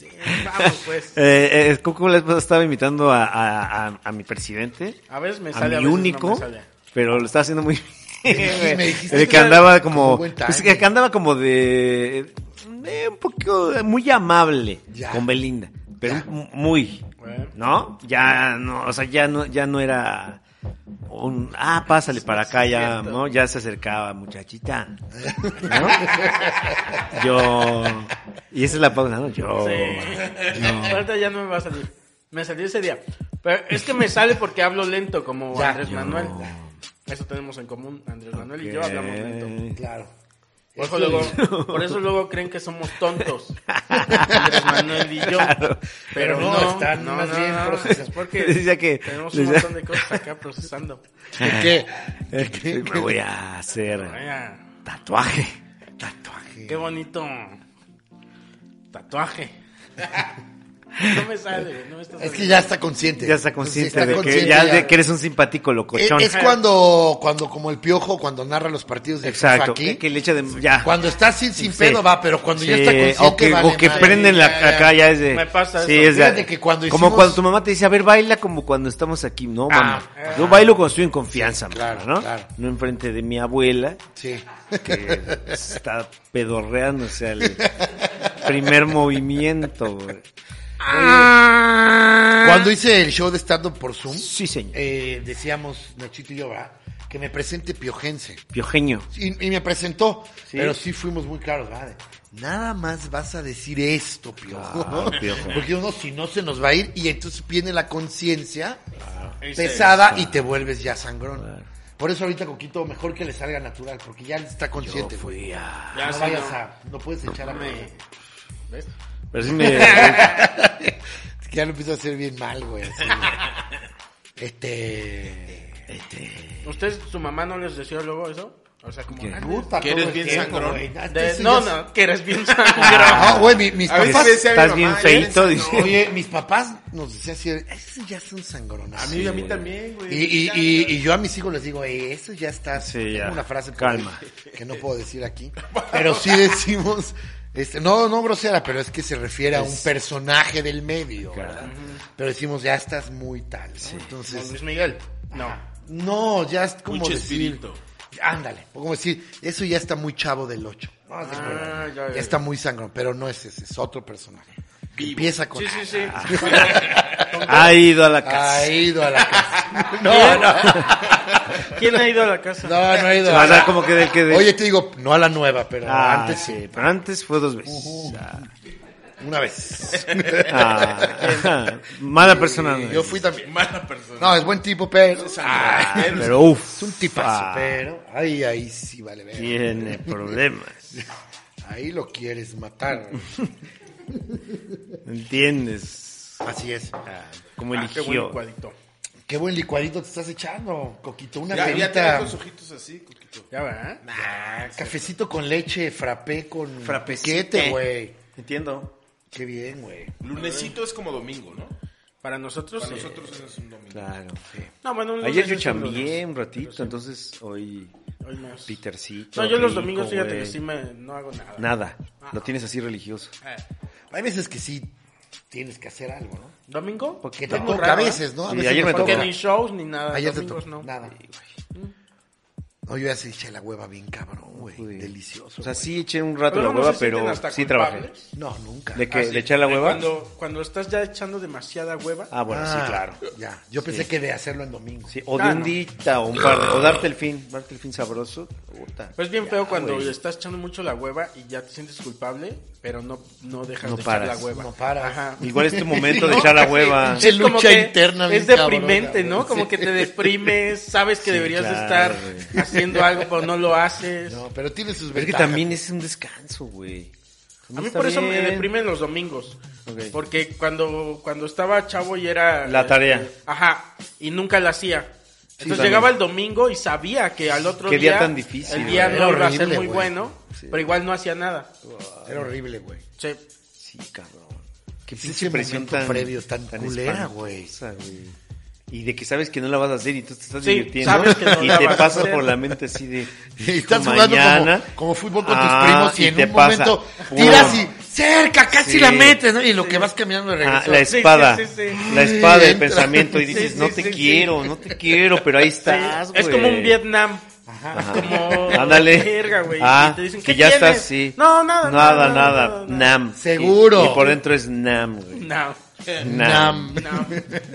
S1: Vamos, pues.
S4: Eh, eh, Coco la vez pasada estaba invitando a, a- a- a mi presidente,
S1: A veces me
S4: a
S1: sale,
S4: mi
S1: a veces no me
S4: único,
S1: sale.
S4: pero lo estaba haciendo muy bien.
S2: dijiste- me dijiste
S4: El
S2: que
S4: que
S2: era
S4: andaba como,
S2: como buen
S4: pues,
S2: timing.
S4: que andaba como de, eh, un poco, muy amable
S2: Ya.
S4: con Belinda, pero
S2: Ya.
S4: m- muy,
S1: ver.
S4: ¿No? Ya no, o sea, ya no, ya no era un ah, pásale para acá ya, ¿no? Ya se acercaba, muchachita. ¿No? Yo y esa es la pausa, ¿no?
S2: Oh,
S4: Yo
S1: Sí. Ahorita ya no me va a salir. Me salió ese día. Pero es que me sale porque hablo lento como
S2: Ya.
S1: Andrés
S4: Yo.
S1: Manuel. Eso tenemos en común, Andrés Manuel y yo hablamos lento.
S2: Claro.
S1: Por eso,
S2: Esto-
S1: luego, por eso luego creen que somos tontos. Andrés Manuel y yo.
S4: Claro.
S1: Pero
S2: Pero
S1: no,
S2: no,
S1: no,
S2: están
S1: no,
S2: más
S1: no,
S2: bien procesando.
S1: es porque
S4: Decía que-
S1: tenemos un
S4: decía-
S1: montón de cosas acá procesando.
S2: ¿Qué?
S4: me voy a hacer
S1: Vaya,
S4: tatuaje.
S1: qué bonito tatuaje. No me sale, no me está
S2: Es que
S1: saliendo.
S2: ya está consciente.
S4: Ya está
S2: Sí,
S4: consciente
S2: está
S4: de que
S2: consciente
S4: ya
S2: ya.
S4: de que eres un simpático
S2: Es,
S4: locochón.
S2: es cuando, cuando como el piojo, cuando narra los partidos de FIFA
S4: Exacto,
S2: aquí,
S4: que, que le echa de ya.
S2: cuando está sin, sin
S4: Sí.
S2: pedo va, pero cuando ya
S4: Sí,
S2: está consciente
S4: o que,
S2: vale
S4: o que
S2: madre.
S4: prenden la
S2: Ya, ya.
S4: acá ya es de
S1: Me pasa
S4: sí,
S1: eso.
S4: es de-
S2: Fíjate que cuando
S4: como
S2: hicimos-
S4: cuando tu mamá te dice, "A ver, baila como cuando estamos aquí." No, mamá.
S1: ah.
S4: Yo bailo cuando estoy en confianza,
S2: Sí, claro,
S4: mamá, ¿no?
S2: claro.
S4: No enfrente de mi abuela
S2: Sí.
S4: que está pedorreando, o sea, el primer movimiento. güey.
S2: Cuando hice el show de stand-up por Zoom,
S4: Sí, señor.
S2: eh, decíamos, Nachito y yo, ¿verdad? que me presente piojense.
S4: Piojeño.
S2: Y, y me presentó,
S4: Sí.
S2: pero sí fuimos muy claros, ¿verdad? Nada más vas a decir esto, piojo.
S4: Claro, piojo.
S2: Porque uno, si no, se nos va a ir y entonces viene la conciencia
S1: Ahí se-
S2: pesada y te vuelves ya sangrón. Por eso ahorita, Coquito, mejor que le salga natural, porque ya está
S4: Yo
S2: consciente. güey.
S4: fui a
S1: Ya
S2: no
S1: sí,
S2: vayas
S1: no.
S2: a... No puedes echar a...
S1: Me- ¿Ves?
S4: Pero sí me
S2: Es que ya lo empiezo a hacer bien mal, güey. así. este...
S1: ¿Ustedes, su mamá no les decía luego eso? O sea, como...
S4: ¿Qué?
S1: "Ah,
S2: Puta,
S3: Que
S2: todo
S3: eres
S2: el
S3: bien
S2: tiempo,
S3: sangrón.
S2: güey. Ah,
S1: de-
S2: eso
S1: no,
S2: ya
S1: no, que eres bien sangrón.
S2: No, Ah, güey, mi- mis
S3: A veces
S2: papás.
S3: le decía a mi
S4: Pues estás
S3: mamá,
S4: bien
S3: "Ya eres
S4: feito",
S3: sangrón.
S4: dice.
S2: Oye, mis papás nos decían así, esos ya son sangronas.
S3: A mí y a mí también, güey.
S2: Y, y, y, y yo a mis hijos les digo, "Ey, eso ya está.
S4: Sí,
S2: Tengo
S4: ya.
S2: una frase por
S4: Calma.
S2: ahí que no puedo decir aquí. Pero sí decimos, este, no, no grosera, pero es que se refiere a un personaje del medio, ¿verdad? Pero decimos, ya estás muy tal, ¿no?
S1: Como
S2: Entonces,
S1: Luis Miguel. Ah, No.
S2: no, ya es como
S3: Mucho
S2: decir,
S3: espíritu.
S2: ándale, como decir, eso ya está muy chavo del 8. No, Haz de
S1: Ah,
S2: cuenta.
S1: ya, ya,
S2: Ya está muy sangrón, pero no es ese, es otro personaje. Que Empieza con
S1: Sí, sí, sí.
S4: ha ido a la casa.
S2: Ha ido a la casa. No,
S1: ¿Quién?
S2: no,
S1: ¿Quién ha ido a la casa?
S2: no, no ha ido
S4: O
S2: a
S4: sea,
S2: la
S4: como que del que de-
S2: Oye, te digo, no a la nueva, pero
S4: Ah,
S2: antes sí.
S4: sí, pero antes fue dos veces. Ah.
S2: Una vez.
S4: Ah, mala persona. no
S2: Yo
S4: es.
S2: fui también.
S3: Mala persona.
S2: No, es buen tipo, pero.
S4: Ah,
S2: Ay,
S4: pero uff.
S2: es un tipazo,
S4: ah,
S2: pero. Ay, ahí sí vale ver.
S4: Tiene problemas.
S2: Ahí lo quieres matar.
S4: ¿Entiendes?
S2: Así es.
S4: Como
S1: Ah, qué buen
S4: eligió.
S1: licuadito.
S2: Qué buen licuadito te estás echando, Coquito. Una
S3: Ya, ya
S2: perita.
S3: traes los ojitos así, Coquito.
S1: Ya, ¿eh? ¿verdad?
S4: Ah,
S2: Cafecito con leche, frappé con.
S4: Frappecito.
S2: piquete, güey.
S4: Entiendo.
S2: Qué bien, güey.
S3: Lunesito es como domingo, ¿no?
S1: Para nosotros,
S3: Para
S1: sí.
S3: nosotros ese es un domingo.
S4: Claro.
S1: No, bueno, un
S4: Ayer
S1: lunes
S4: yo
S1: es un
S4: chambié
S1: lunes.
S4: un ratito, entonces hoy
S1: Hoy más.
S4: Petercito.
S1: No, yo los
S4: rico,
S1: domingos, fíjate
S4: güey.
S1: que sí Ah. me, no hago nada.
S4: Nada. Lo tienes así religioso.
S1: Eh,
S2: Hay veces que sí tienes que hacer algo, ¿no?
S1: ¿Domingo?
S2: Porque
S1: Está
S2: te
S1: muy
S2: toca
S1: raro, ¿eh?
S2: a veces, ¿no? A
S4: Sí,
S2: veces
S4: ayer me
S2: toca.
S1: Porque
S4: tocó.
S1: ni shows ni nada.
S2: Ayer te
S1: domingos
S2: tocó.
S1: no.
S2: Nada. No, yo ya se eché la hueva bien cabrón, güey. Delicioso.
S4: O sea,
S2: güey.
S4: sí eché un rato
S1: Luego
S4: la
S1: no
S4: hueva,
S1: se sienten
S4: pero
S1: hasta
S4: sí
S1: culpables.
S4: trabajé.
S2: No, nunca.
S4: ¿De qué?
S1: Ah, sí.
S4: ¿De echar la
S1: De
S4: hueva?
S1: Cuando, cuando estás ya echando demasiada hueva.
S4: Ah, bueno, sí,
S2: Ah,
S4: claro.
S2: Ya. Yo pensé que de hacerlo en domingo.
S4: Sí, o de
S1: Ah,
S4: un
S1: no.
S4: dita o un par de, o darte el fin, darte el fin sabroso. Puta.
S1: Pues es bien feo cuando
S4: güey.
S1: le estás echando mucho la hueva y ya te sientes culpable, pero no, no dejas
S4: No
S1: de
S4: paras,
S1: echar la hueva.
S2: no paras.
S1: Ajá.
S4: Igual es tu momento de echar la hueva.
S2: Sí,
S1: Es como
S2: lucha
S1: que
S2: interna bien
S1: es deprimente,
S2: cabrona,
S1: ¿no?
S2: güey.
S1: Como que te deprimes, sabes que deberías de
S4: claro,
S1: estar haciendo algo, pero no lo haces.
S2: No, pero tiene sus
S4: Es que
S2: ventajas.
S4: también es un descanso, güey.
S1: A mí
S4: Está
S1: por eso me
S4: bien.
S1: deprimen los domingos.
S4: Ok.
S1: Porque cuando, cuando estaba chavo y era...
S4: La tarea.
S1: eh, ajá, y nunca la hacía. Entonces
S4: también.
S1: llegaba el domingo y sabía que al otro
S4: Qué
S1: día...
S4: día tan difícil,
S1: El día
S2: güey.
S1: no
S2: Era
S1: iba a ser
S2: horrible,
S1: muy
S2: güey.
S1: bueno, pero igual no hacía nada.
S2: Era horrible, güey.
S1: Sí.
S4: Sí, cabrón. Qué
S2: Ese
S4: pinche presión
S2: momento
S4: tan
S2: previo, tan culera,
S4: espantosa, güey. Y de que sabes que no la vas a hacer y tú te estás
S1: Sí,
S4: divirtiendo.
S1: sabes que no
S4: y
S1: la
S4: te
S1: vas a
S4: pasa
S1: hacer.
S4: por la mente así de.
S2: Y estás
S4: "Hijo,
S2: jugando
S4: mañana".
S2: como, como fútbol con
S4: Ah,
S2: tus primos y, en
S4: te
S2: un
S4: pasa. Ah,
S2: momento
S4: Pum.
S2: tiras y cerca, casi
S4: Sí.
S2: la metes, ¿no? Y lo que vas caminando de
S4: Ah,
S2: regreso.
S4: la
S1: Sí,
S4: espada,
S1: sí, sí, sí.
S4: la espada del
S2: Entra.
S4: pensamiento y
S1: Sí,
S4: dices,
S1: sí,
S4: no
S1: sí,
S4: te
S1: sí.
S4: quiero, no te quiero, pero ahí estás, güey.
S1: Es como un Vietnam.
S4: Ajá.
S1: Como...
S4: Ándale.
S1: Verga, güey.
S4: Ah,
S1: y te dicen,
S4: que
S1: ¿qué
S4: ya
S1: tienes?
S4: estás, sí.
S1: No, nada.
S4: Nada, nada. Nam.
S2: Seguro.
S4: Y, y por dentro es Nam, güey.
S1: No.
S4: Nam.
S1: Nam,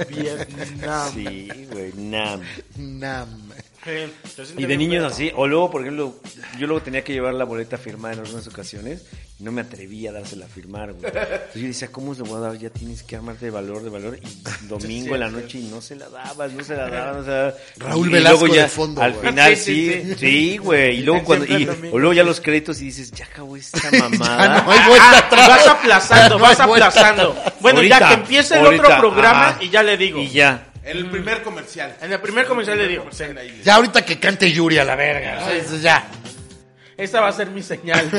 S1: Vietnam.
S4: Sí, güey, nam.
S2: Nam.
S1: Eh, entonces,
S4: Y de niños así, o luego, por ejemplo, yo luego tenía que llevar la boleta firmada en algunas ocasiones y no me atrevía a dársela a firmar, güey. Entonces yo decía, ¿cómo se lo voy a dar? Ya tienes que armarte de valor, de valor. Y domingo en la noche y no se la dabas, no se la dabas, no se la dabas.
S2: Raúl
S4: Y
S2: Velasco
S4: luego ya,
S2: de fondo,
S4: Al
S2: güey.
S4: final
S1: Sí, sí,
S4: sí, sí, güey. Y luego cuando,
S1: Siempre
S4: y,
S1: es lo mismo.
S4: o luego ya los créditos y dices, ya acabó esta mamada.
S2: no hay vuelta atrás.
S1: Ah, Vas aplazando,
S2: No
S1: vas
S2: hay vuelta
S1: aplazando. Bueno, ya
S4: Ahorita,
S1: que empiece el
S4: ahorita,
S1: otro programa
S4: ajá.
S1: y ya le digo.
S4: Y ya.
S3: El primer comercial.
S1: En el primer comercial le digo.
S3: Ahí.
S2: Ya ahorita que cante Yuri a la verga. ¿no? Eso ya.
S1: Esa va a ser mi señal.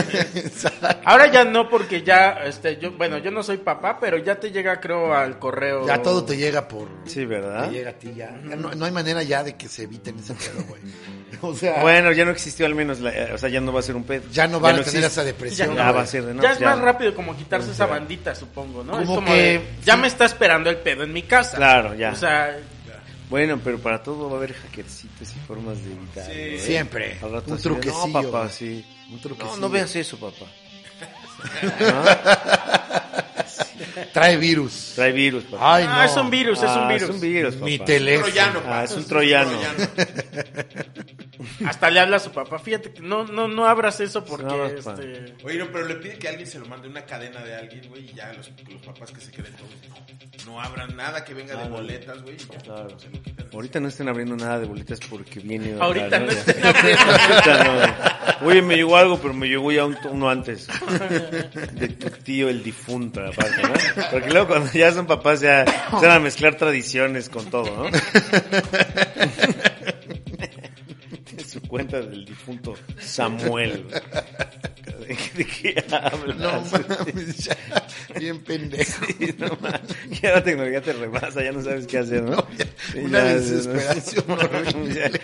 S1: Ahora ya no, porque ya, este, yo, bueno, yo no soy papá, pero ya te llega, creo, al correo.
S2: Ya todo te llega por.
S4: Sí, ¿verdad?
S2: Te llega a ti ya. Ya no, no hay manera ya de que se eviten ese pedo, güey. O sea,
S4: Bueno, ya no existió al menos, la- eh, o sea, ya no va a ser un pedo.
S2: ya no van a tener
S4: existe.
S2: esa
S1: Ya,
S2: depresión.
S4: Ya
S2: güey.
S4: va a ser de no,
S1: ya es
S4: ya
S1: más
S4: no.
S1: rápido como quitarse esa bandita, supongo, ¿no? Es
S2: Como
S1: como
S2: que-
S1: de, ya me está esperando el pedo en mi casa.
S4: Claro, ya.
S1: O sea,
S4: Bueno, pero para todo va a haber hackercitos y formas de evitar. ¿no?
S2: Siempre.
S4: Al rato
S2: Un
S4: así de,
S2: truquecillo.
S4: No, papá, sí.
S2: Un truquecillo.
S4: No, no veas eso, papá.
S2: Trae virus.
S4: Trae virus, papá.
S2: Ay, no.
S1: ah, es un virus, es un
S4: Ah,
S1: virus.
S4: Es un virus, papá.
S2: Mi teléfono.
S3: Troyano, pues.
S4: Ah,
S3: papá.
S4: es un troyano.
S1: Hasta le habla a su papá. Fíjate que no, no, no abras eso porque,
S4: No pues. abras, pa.
S1: este...
S3: Oye, no, pero le pide que alguien se lo mande una cadena de alguien, güey, y ya los, los papás que se creen todos. No, no abran nada que venga de boletas, güey. y ya,
S1: pues,
S4: Claro.
S3: se lo quitan.
S4: Ahorita no estén abriendo nada de boletas porque viene. otra,
S1: Ahorita no
S4: Ya.
S1: estén abriendo.
S4: Ahorita no. Oye, me llegó algo, pero me llegó ya un- uno antes. De tu tío, el difunto, aparte, ¿no? Porque luego cuando ya son papás, ya se van a mezclar tradiciones con todo, ¿no? Tiene su cuenta del difunto Samuel. ¿De qué, de qué hablas?
S2: No mames, ya. Bien pendejo.
S4: Sí, no mames. Ya la tecnología te rebasa, ya no sabes qué hacer, ¿no? Sí,
S2: una
S4: ya,
S2: desesperación horrible,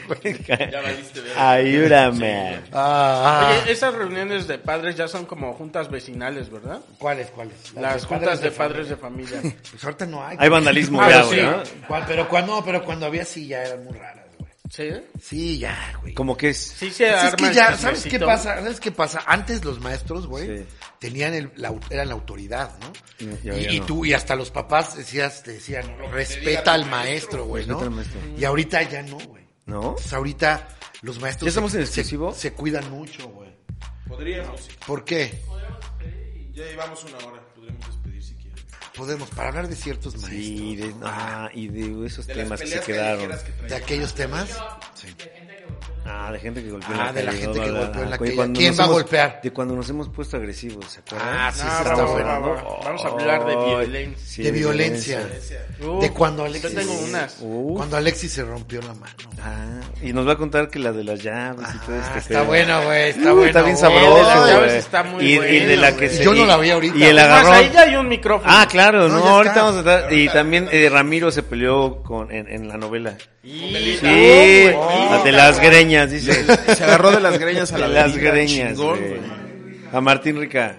S4: Ya-
S3: Ya valiste, verga.
S4: Ayúdame.
S2: Ah, ah.
S1: Oye, esas reuniones de padres ya son como juntas vecinales, ¿verdad?
S2: ¿Cuáles, cuáles?
S1: Las, juntas de padres de familia.
S2: Pues ahorita no hay.
S4: Hay vandalismo,
S1: Ah,
S4: ya,
S1: sí.
S4: güey, ¿no?
S2: Cuál- Pero cuando, no, pero cuando había sí ya eran muy raras, güey.
S1: ¿Sí?
S2: Sí, ya, güey.
S4: Como que es.
S1: Sí se
S2: Pues es
S1: arma
S2: que
S1: el
S2: ya, ¿sabes qué
S1: chismecito.
S2: pasa? ¿Sabes qué pasa? Antes los maestros, güey,
S4: Sí.
S2: tenían el, la, au- eran la autoridad, ¿no?
S4: Y- ya,
S2: y,
S4: ya
S2: y
S4: no.
S2: tú, y hasta los papás decías, te decían, respeta al maestro, güey, ¿no?
S4: Respeta al maestro.
S2: Y ahorita ya no, güey.
S4: ¿No?
S2: Entonces ahorita los maestros
S4: ¿Ya estamos
S2: se-
S4: en
S2: se-
S4: exclusivo?
S2: Se, cuidan mucho, güey.
S3: Podríamos, sí.
S2: ¿Por qué?
S3: ya llevamos una hora, podríamos despedir si quieres.
S2: Podemos, para hablar de ciertos maestros.
S4: Sí, de, ah, y de esos
S3: De las
S4: temas que se
S3: peleas
S4: quedaron.
S3: callejeras que
S2: ¿De
S3: traían.
S2: aquellos temas? Sí.
S4: Ah, de gente que golpeó en
S2: Ah,
S4: la
S2: de la
S4: calle,
S2: gente
S4: bla,
S2: que
S4: bla, bla.
S2: golpeó en la
S4: Oye,
S2: calle.
S4: cuando
S2: ¿Quién
S4: nos
S2: va a
S4: hemos-
S2: golpear?
S4: De cuando nos hemos puesto agresivos, ¿se acuerdan?
S2: Ah, sí,
S1: No,
S2: sí,
S1: va,
S2: está
S1: va,
S2: bueno.
S1: va, va. Vamos a hablar de
S4: Ay,
S1: violencia.
S4: sí,
S2: de violencia.
S1: Uh,
S2: de cuando
S1: yo
S2: Alexis.
S1: tengo unas.
S4: Uh.
S2: Cuando Alexis se rompió la mano.
S4: Ah, y nos va a contar que la de las llaves y todo este
S2: Ah,
S4: pedo.
S2: está bueno, güey. Está
S4: Está,
S2: Ah, bueno.
S4: bien
S2: güey.
S4: sabroso,
S1: Las
S4: güey.
S1: llaves está muy
S4: y, y de
S1: bueno,
S4: la que
S2: güey.
S4: se-
S2: Yo no
S4: y-
S2: la vi ahorita.
S4: Y el
S1: Es más, ahí
S4: agarrón.
S1: ya hay un micrófono.
S4: Ah, claro,
S2: No,
S4: no,
S2: ya está.
S4: ahorita vamos a entrar. Y también eh, Ramiro se peleó con, en, en la novela.
S1: Y-
S4: Sí,
S1: Oh, güey,
S4: la de las greñas, dice.
S3: Se agarró de las greñas a la
S4: De las
S3: avenida,
S4: greñas,
S3: chingón,
S4: güey.
S3: güey.
S4: A Martín Rica.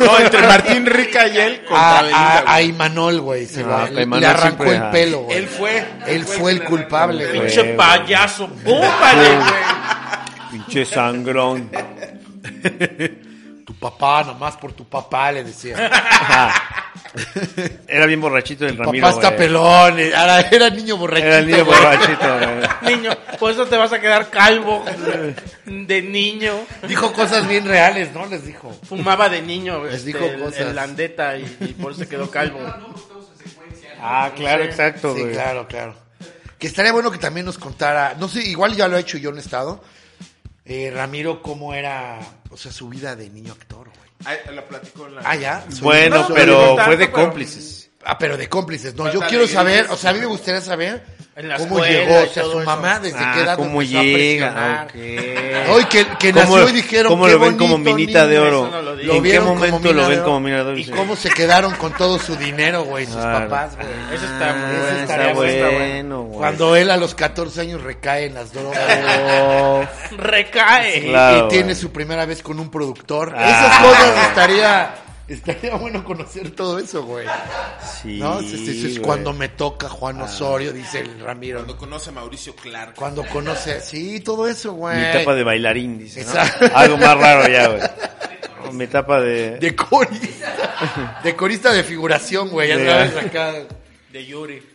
S3: No, entre Martín Rica y él contra
S2: A,
S3: Belinda,
S2: a, Ah,
S3: güey.
S2: a Imanol, güey. Se
S4: Ah,
S2: va-
S4: que
S2: le,
S4: Imanol
S2: le arrancó
S4: siempre-
S2: el pelo, güey.
S3: Él fue.
S2: Él fue el culpable, güey.
S1: Pinche
S4: güey.
S1: payaso, púmpale, güey.
S4: Pinche sangrón.
S2: Tu papá, nomás por tu papá, le decía.
S4: Ajá. Ah. Era bien borrachito el Ramiro.
S2: papá está
S4: güey.
S2: pelón. Era, era niño borrachito.
S4: Era el niño
S2: güey.
S4: borrachito, güey.
S1: Niño, por eso te vas a quedar calvo de niño.
S2: Dijo cosas bien reales, ¿no? Les dijo.
S1: Fumaba de niño,
S2: Les
S1: este,
S2: dijo
S1: el-
S2: cosas.
S1: el landeta y, y por eso se quedó calvo.
S4: Ah, claro, exacto,
S2: Sí,
S4: güey.
S2: claro, claro. Que estaría bueno que también nos contara, no sé, igual ya lo he hecho yo en estado, eh, Ramiro, cómo era, o sea, su vida de niño actor, güey.
S3: Ah, la platicó en la.
S2: Ah, ya.
S4: Bueno,
S1: No, no
S4: pero
S1: tanto,
S4: fue de
S1: pero-
S4: cómplices.
S2: Ah, pero de cómplices, no,
S3: Pues,
S2: yo
S3: a
S2: quiero
S3: ver,
S2: saber,
S3: es-
S2: o sea, a mí me gustaría saber
S1: En la
S2: cómo
S1: escuela
S2: llegó,
S1: y
S2: o sea,
S1: todo
S2: su
S1: eso.
S2: mamá desde
S4: Ah,
S2: qué edad
S4: cómo
S2: empezó a
S4: llega.
S2: presionar.
S4: ok.
S2: Hoy que, que
S4: ¿Cómo
S2: nació
S4: lo-
S2: y dijeron
S4: cómo
S2: "Qué
S4: lo ven como
S2: bonito
S4: minita de
S2: niño".
S4: oro?
S1: eso no lo digo.
S2: Lo
S4: ¿En qué
S2: vieron como
S4: momento
S2: mina
S4: lo
S2: de
S4: ven
S2: oro?
S4: como mina de oro?
S2: ¿Y
S4: Sí.
S2: cómo se quedaron con todo su dinero, güey, sus
S4: Claro.
S2: papás, güey?
S1: Eso está muy
S4: Ah,
S1: bueno.
S4: está
S1: Eso está
S4: bueno, güey.
S2: Cuando él a los 14 años recae en las drogas.
S4: Oh,
S1: Recae.
S4: Claro,
S2: y tiene
S4: güey.
S2: su primera vez con un productor.
S4: Ah.
S2: Esas cosas estaría, estaría bueno conocer todo eso, güey.
S4: sí,
S2: ¿No? Es- es- es
S4: güey. Ah.
S2: cuando me toca Juan Osorio, dice el Ramiro.
S3: Cuando conoce a Mauricio Clark.
S2: Cuando conoce, sí, todo eso, güey.
S4: Mi etapa de bailarín, dice, ¿no?
S2: Exacto.
S4: Algo más raro ya, güey. Mi etapa de...
S2: De corista. Decorista de figuración, güey. Ya
S4: Yeah.
S2: sabes, acá.
S1: De Yuri.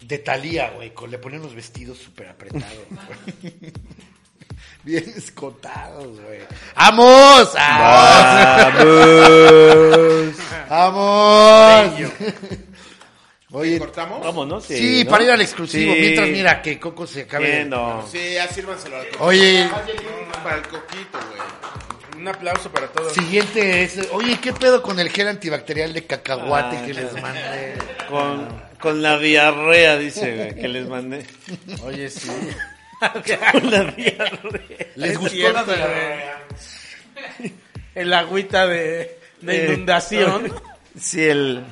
S2: De Talía, güey. con- Le ponían unos vestidos súper apretados, güey. Bien escotados, güey. ¡Vamos! ¡Vamos!
S4: Vamos.
S2: ¡Vamos! Oye,
S3: ¿Cortamos?
S4: Vámonos.
S2: sí, para ir al exclusivo. Mientras, mira, que Coco se acabe. de-
S4: Viendo.
S3: Sí, ya sírvanselo al coquito.
S2: Oye,
S3: Para el coquito, güey.
S1: Un aplauso para todos.
S2: siguiente es... Oye, ¿qué pedo con el gel antibacterial de cacahuate
S4: Ah,
S2: que les
S4: no.
S2: mandé?
S4: Con, con la diarrea, dice, güey, que les mandé.
S2: Oye, sí.
S4: Con la diarrea.
S2: ¿Les gustó
S1: cierto,
S2: la
S1: güey.
S2: diarrea?
S1: El agüita de, de
S4: Eh.
S1: inundación.
S4: Sí, el,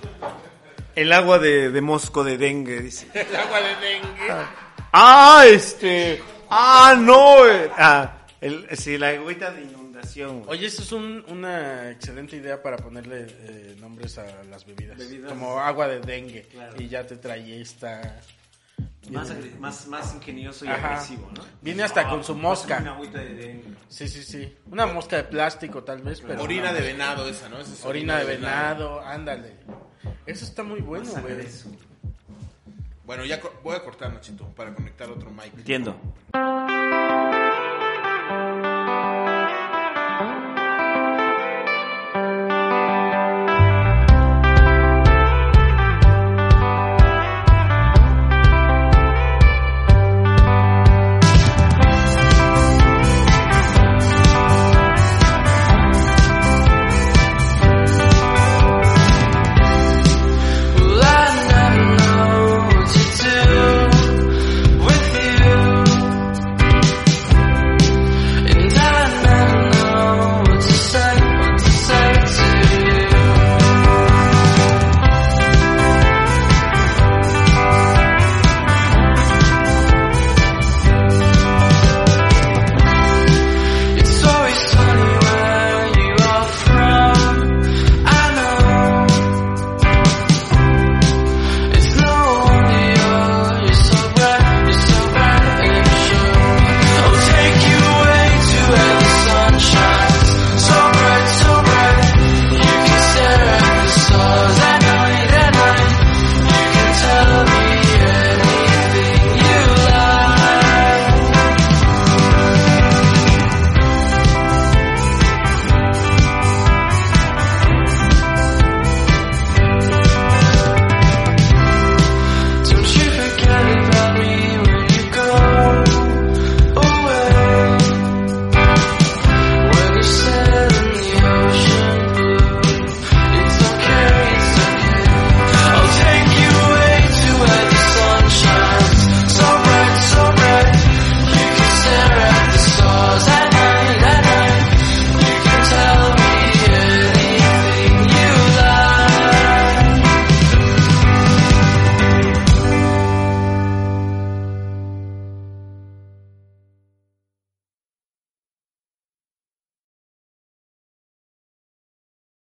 S4: el agua de, de mosco de dengue, dice.
S1: El agua de dengue.
S4: Ah, este. Ah, no. eh, Ah, el, sí, la agüita de inundación. güey.
S1: Oye, eso es un- una excelente idea para ponerle eh, nombres a las bebidas.
S4: Bebidas.
S1: Como agua de dengue.
S4: Claro.
S1: Y ya te trae esta.
S4: Más, agre- más, más ingenioso y
S1: Ajá.
S4: agresivo, ¿no? ah,
S1: Viene hasta con su mosca.
S4: Una agüita de dengue.
S1: Sí, sí, sí. Una mosca de plástico, tal vez, pero.
S3: Orina de venado esa, ¿no? Esa es
S1: Orina de venado, ándale. Eso está muy bueno,
S4: Más
S1: güey.
S4: agreso.
S3: Bueno, ya co- voy a cortar, Nachito, para conectar otro mic.
S4: Entiendo.